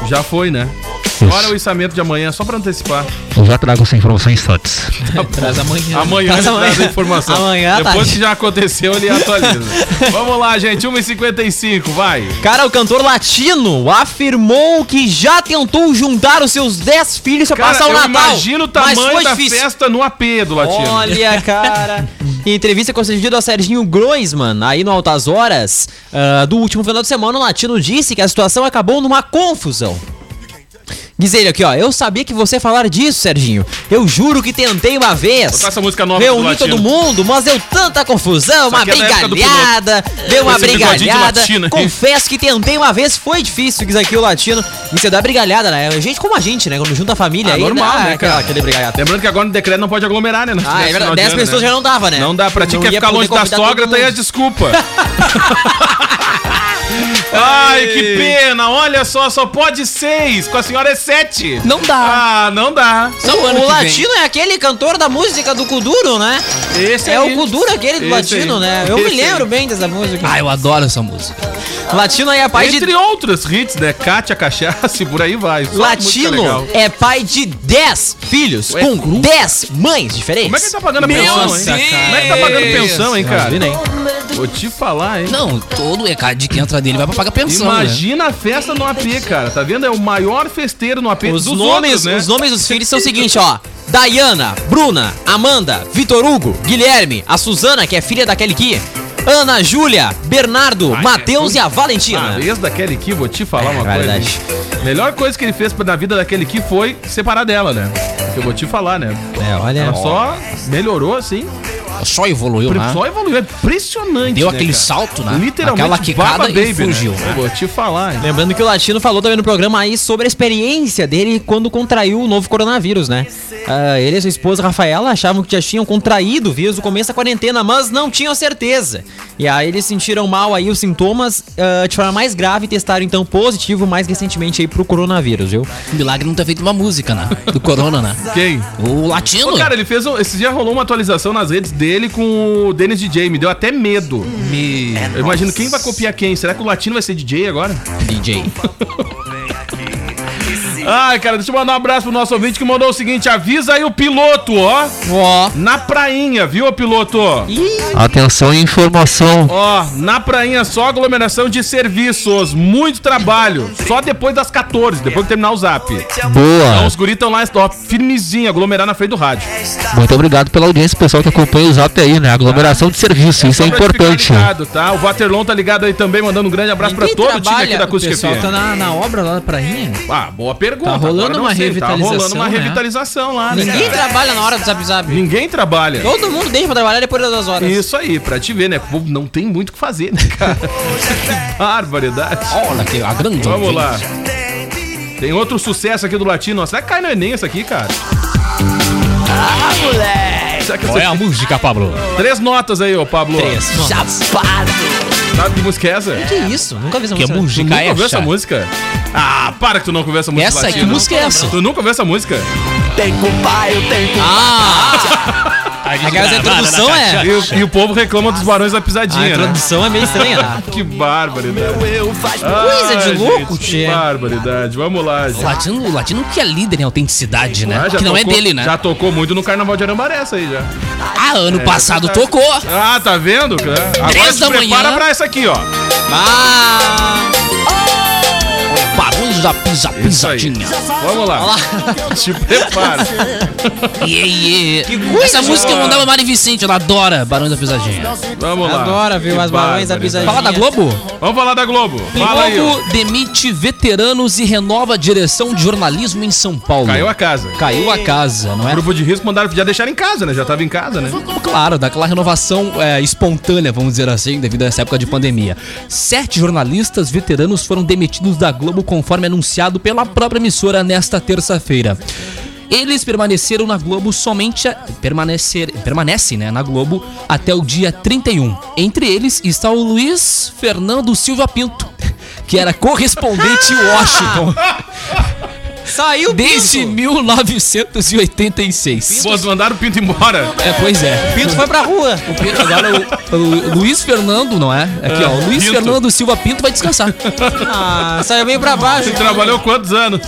Já foi, né?
Isso.
Agora o içamento de amanhã, só pra antecipar.
Eu já trago essa informação antes.
Traz amanhã.
Amanhã ele
Mas
traz a
amanhã-
informação.
amanhã tá à
tá
Depois
tarde.
que já aconteceu, ele atualiza. Vamos lá, gente. 1h55, vai.
Cara, o cantor latino afirmou que já tentou juntar os seus 10 filhos pra
Cara,
passar o
eu
Natal.
imagino o
mas
tamanho
foi
da
difícil.
festa no AP do Latino.
Olha, cara. em entrevista concedida ao Serginho Groisman, aí no Altas Horas, ah, do último final de semana, o Latino disse que a situação acabou numa confusão. Diz ele aqui, ó. Eu sabia que você ia falar disso, Serginho. Eu juro que tentei uma vez.
Tocar essa música nova do
Reuni
Latino.
todo mundo, mas deu tanta confusão, uma
aqui é da época do
brigalhada, deu uma
Esse bigodinho de
brigalhada.
latino aí.
Confesso que tentei uma vez, foi difícil, diz aqui o latino. Isso é dar brigalhada, né? Gente como a gente, né? Quando junta a família
Ah,
aí,
normal,
dá
né,
aquela-
cara?
Aquele brigalhada.
Lembrando que agora no decreto não pode aglomerar, né?
Ah, é verdade. 10 pessoas já não dava, né?
Não dá, pra ti
Não
que é
ia
ficar longe
poder
da
convidar
sogra,
todo
tá aí a
mundo.
desculpa. Ai, que pena. Olha só, só pode seis. Com a senhora é sete.
Não dá.
Ah, não dá.
Não,
Só ano
o
que vem.
latino é aquele cantor da música do Kuduro, né?
Esse
é
aí.
o Kuduro aquele do
Esse
latino,
aí.
né? Eu
Esse é
me lembro
aí.
bem dessa música.
Ah, eu adoro essa música.
Latino aí é pai de
Entre outros hits, né? Cátia Cachaça e por aí vai. Só música legal.
Latino é pai de 10 filhos
Ué,
com 10 mães
Como é que
diferentes.
ele tá pagando a pensão, hein? Como é que tá pagando pensão, hein, cara?
Imagina, hein?
Vou te falar, hein?
Não, todo recado que entra dele vai pra pagar pensão. Né?
Imagina a festa no AP, cara. Tá vendo? É o maior festeiro no AP
Os
dos
nomes,
outros, né?
os nomes dos filhos são o seguinte, ó. Diana, Bruna, Amanda, Vitor Hugo, Guilherme, a Suzana, que é filha da Kelly Ki, Ana, Júlia, Bernardo, Matheus e a
Ah,
Valentina.
né?
esse daquele que, vou te
É
falar uma coisa.
verdade.
hein? Melhor coisa que ele fez pra- na vida daquele que foi separar dela, né? Que eu vou te falar, né?
É, olha.
Ela só melhorou, assim.
Só evoluiu, né?
Só evoluiu. É impressionante.
Deu
né,
aquele
cara?
salto, né?
Literalmente,
Aquela quicada
Baba
e
Baby, né?
fugiu.
Eu Vou te falar, hein?
Lembrando que o Latino falou também no programa aí sobre a experiência dele quando contraiu o novo coronavírus, né? Ah, ele e sua esposa Rafaela achavam que já tinham contraído o vírus no começo da quarentena, mas não tinham certeza. E aí eles sentiram mal aí os sintomas ah, de forma mais grave e testaram então positivo mais recentemente aí pro coronavírus, viu?
O milagre não ter feito uma música, né? Do Corona, né?
Quem?
O latino.
Ô, cara, ele fez um, Esse dia rolou uma atualização nas redes dele com o Dennis DJ. Me deu até medo. Eu imagino
É
quem vai copiar quem. Será que o latino vai ser DJ agora?
DJ.
Ai, cara, deixa eu mandar um abraço pro nosso ouvinte que mandou o seguinte: avisa aí o piloto, ó.
Ó.
Na prainha, viu, piloto?
Atenção e informação.
Ó, na prainha só aglomeração de serviços, muito trabalho. Só depois das 14, depois que terminar o zap.
Tá.
Então
Boa.
os guris estão lá, ó, firmezinho, aglomerar na frente do rádio.
É.
Muito obrigado pela audiência, pessoal que acompanha o Zap aí, né? Aglomeração de serviço, isso é
Só pra gente ficar
importante.
Ligado, tá? O Waterlon tá ligado aí também, mandando um grande abraço pra
Ninguém
todo o time
trabalha,
aqui da
o
O
Acústica
pessoal
FM.
tá na, na obra lá da prainha.
né?
Ah, boa pergunta.
Tá rolando
agora não
uma
Tá rolando
revitalização,
uma
né?
revitalização lá, né?
Ninguém
cara?
trabalha na hora do Zap Zap.
Ninguém trabalha.
Todo mundo deixa pra trabalhar depois das
Tá
horas.
Isso aí, pra te ver, né? O povo não tem muito o que fazer, né, cara? que barbaridade.
Olha que a grande.
Vamos lá. Tem outro sucesso aqui do Latino. Será que cai no Enem essa aqui, cara? Ah, moleque! Será que
Ah, Qual é
essa...
a música, Pablo?
Três notas aí, ô Pablo. Três.
Chapado.
Sabe que música é essa?
Que isso? Nunca vi essa
Que
música.
música
Nunca
é
ouviu essa
essa?
música? Ah, para que tu não conversa música
Essa? Que
latina.
música é essa?
Tu não conversa música?
Tem compai, eu tenho compai.
Ah! Aquela introdução é.
E, o- e o povo reclama dos barões da
A
pisadinha, né?
introdução é meio estranha. né?
Que barbaridade.
Eu faz
Coisa de
Ai,
louco,
gente, Que
tchê.
barbaridade. Vamos lá,
O
gente.
latino, o latino que é líder em autenticidade, né?
Ah, já
que não é
tocou-
dele, né?
Já tocou muito no carnaval de Arambaré essa aí já. É,
Ah, ano passado tocou.
Ah, tá vendo? cara? Agora
Três
se
da manhã.
prepara pra essa aqui, ó.
Ah!
Barões da pisa,
Isso aí.
pisadinha.
Vamos lá. Se prepara.
Yeah, yeah. Essa música eu mandava Mari Vicente, ela adora Barões da Pisadinha.
Vamos lá.
Adora, viu?
Que
As balões da
barbaridade.
pisadinha.
Fala da Globo?
Vamos falar da Globo. Fala aí. ó.
Globo demite veteranos e renova a direção de jornalismo em São Paulo.
Caiu a casa.
Caiu a casa, não é?
Grupo de risco mandaram já deixar em casa, né? Já tava em casa, né?
Claro, daquela renovação é, espontânea, vamos dizer assim, devido a essa época de pandemia. Sete jornalistas veteranos foram demitidos da Globo, conforme anunciado pela própria emissora nesta terça-feira. Eles permaneceram na Globo somente a, permanecer, permanecem, né, na Globo até o dia 31. Entre eles está o Luiz Fernando Silva Pinto, que era correspondente em Washington
Saiu
desde 1986.
Pô, mandaram o Pinto embora.
É, pois é.
Pinto foi pra rua.
O Pinto, agora é o, o Luiz Fernando, não é? Aqui, ó. O Luiz
Pinto.
Fernando Silva Pinto vai descansar. é
Ah, saiu meio pra baixo.
Ele trabalhou quantos anos?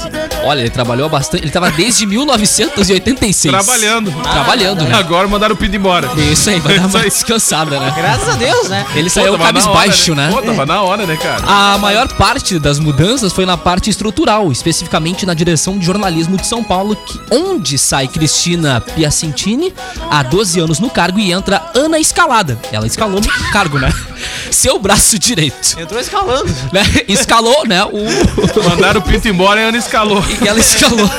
Olha, ele trabalhou bastante. Ele tava desde 1986.
Trabalhando.
Trabalhando, né?
Agora mandaram o Pinto embora.
Isso aí, vai dar
Isso
uma
aí.
descansada, né?
Graças a Deus, né?
Ele
Pô,
saiu
tava na
cabisbaixo,
hora,
né?
Pô, tava na hora, né, cara?
A maior parte das mudanças foi na parte estrutural, especificamente na direção de jornalismo de São Paulo, que, onde sai Cristina Piacentini, há 12 anos no cargo, e entra Ana Escalada. Ela escalou no cargo, né? Seu braço direito.
Entrou escalando.
né? Escalou, né? O...
Mandaram o Pinto embora e a Ana escalou.
E ela escalou.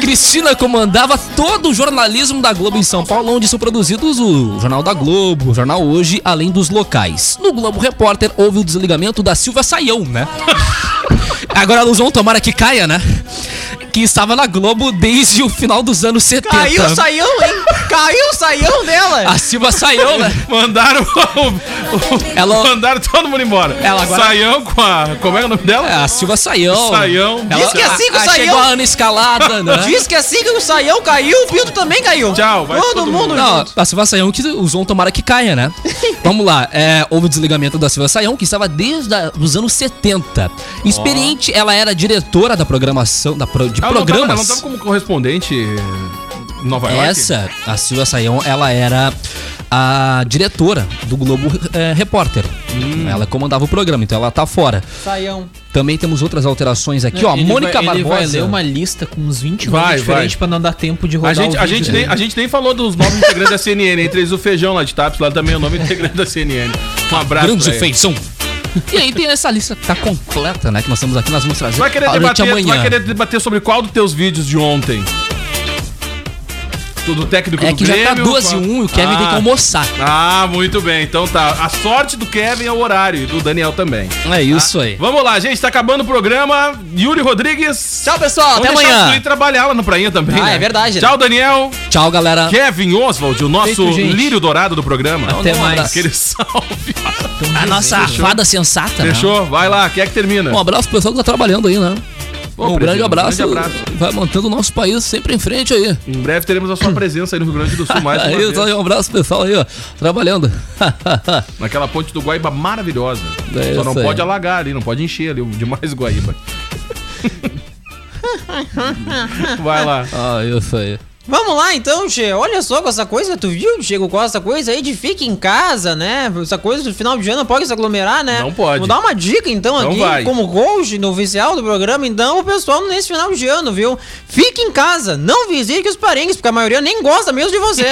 Cristina comandava todo o jornalismo da Globo em São Paulo, onde são produzidos o Jornal da Globo, o Jornal Hoje, além dos locais. No Globo Repórter houve o desligamento da Silvia Saião, né? Agora elas vão tomara que caia, né? Que estava na Globo desde o final dos anos 70.
Caiu o saião, hein? Caiu o saião dela.
A Silva saiu, né?
Mandaram o- o-
Ela-
Mandaram todo mundo embora.
Ela agora-
Saião com a. Como é o nome dela?
É, A Silva Saião.
Saião.
Ela,
Diz que é assim que
a- a-
saiu.
Chegou a Ana Escalada, né?
Diz que assim que o saião caiu, o Pinto também caiu.
Tchau, vai
Todo,
todo
mundo,
Não,
junto.
a Silva Saião que usou um tomara que caia, né? Vamos lá, é, houve o desligamento da Silva Saião, que estava desde a- os anos 70. Experiente, ela era diretora da programação, da pro- de
Ela não tava- Ela não
programas.
tava como correspondente em Nova York.
Essa, a Silva Saião, ela era a diretora do Globo é, Repórter. Ela comandava o programa, então ela tá fora.
Saião.
Também temos outras alterações aqui, ó.
Ele
Mônica
vai-
Barbosa.
Ele vai ler uma lista com uns 20 nomes
Vai,
diferentes
vai.
pra não dar tempo de rodar
A
um
gente,
o
a,
vídeo,
gente
né?
nem, a gente nem falou dos novos integrantes da CNN, entre eles o feijão lá de Taps, lá também é o nome do integrante da CNN. Um abraço.
Grande
pra ele.
feição. Tá E aí tem essa lista que tá completa, né? Que nós estamos aqui, nós vamos trazer
Vai querer,
durante
debater, tu vai querer debater sobre qual dos teus vídeos de ontem? Do do técnico
É
do
que já tá
Grêmio,
12 e
qual-
1 e o Kevin tem que almoçar.
Ah, muito bem. Então tá. A sorte do Kevin é o horário e do Daniel também.
É isso aí.
Vamos lá, gente. Tá acabando o programa. Yuri Rodrigues.
Tchau, pessoal.
Vamos
Até
deixar
amanhã.
tu ir trabalhar lá no Prainha também.
Ah,
né?
é verdade, né?
Tchau, Daniel.
Tchau, galera.
Kevin Oswald, o nosso
Feito, gente.
lírio dourado do programa.
Então,
Até
Um
mais.
abraço. Aquele salve.
A nossa fada sensata, né?
Fechou? Vai lá, quem é que termina?
Um abraço pro pessoal que tá trabalhando aí, né?
Ô,
um
presidente,
grande abraço.
grande abraço.
Vai mantendo o nosso país sempre em frente aí.
Em breve teremos a sua presença aí no Rio Grande do Sul mais uma
Aí,
vez.
tá aí, um abraço pro pessoal aí, ó. Trabalhando.
Naquela ponte do Guaíba maravilhosa.
É
Só não
isso aí.
pode alagar ali, não pode encher ali o demais Guaíba. Vai lá.
ah, isso aí.
Vamos lá então, Che. Olha só com essa coisa, tu viu, Diego, com essa coisa aí de fica em casa, né? Essa coisa do final de ano não pode se aglomerar, né?
Não pode.
Vou dar uma dica então
Não
aqui,
vai.
como coach no oficial do programa, então, o pessoal nesse final de ano, viu? Fique em casa, não visite os parentes, porque a maioria nem gosta mesmo de você.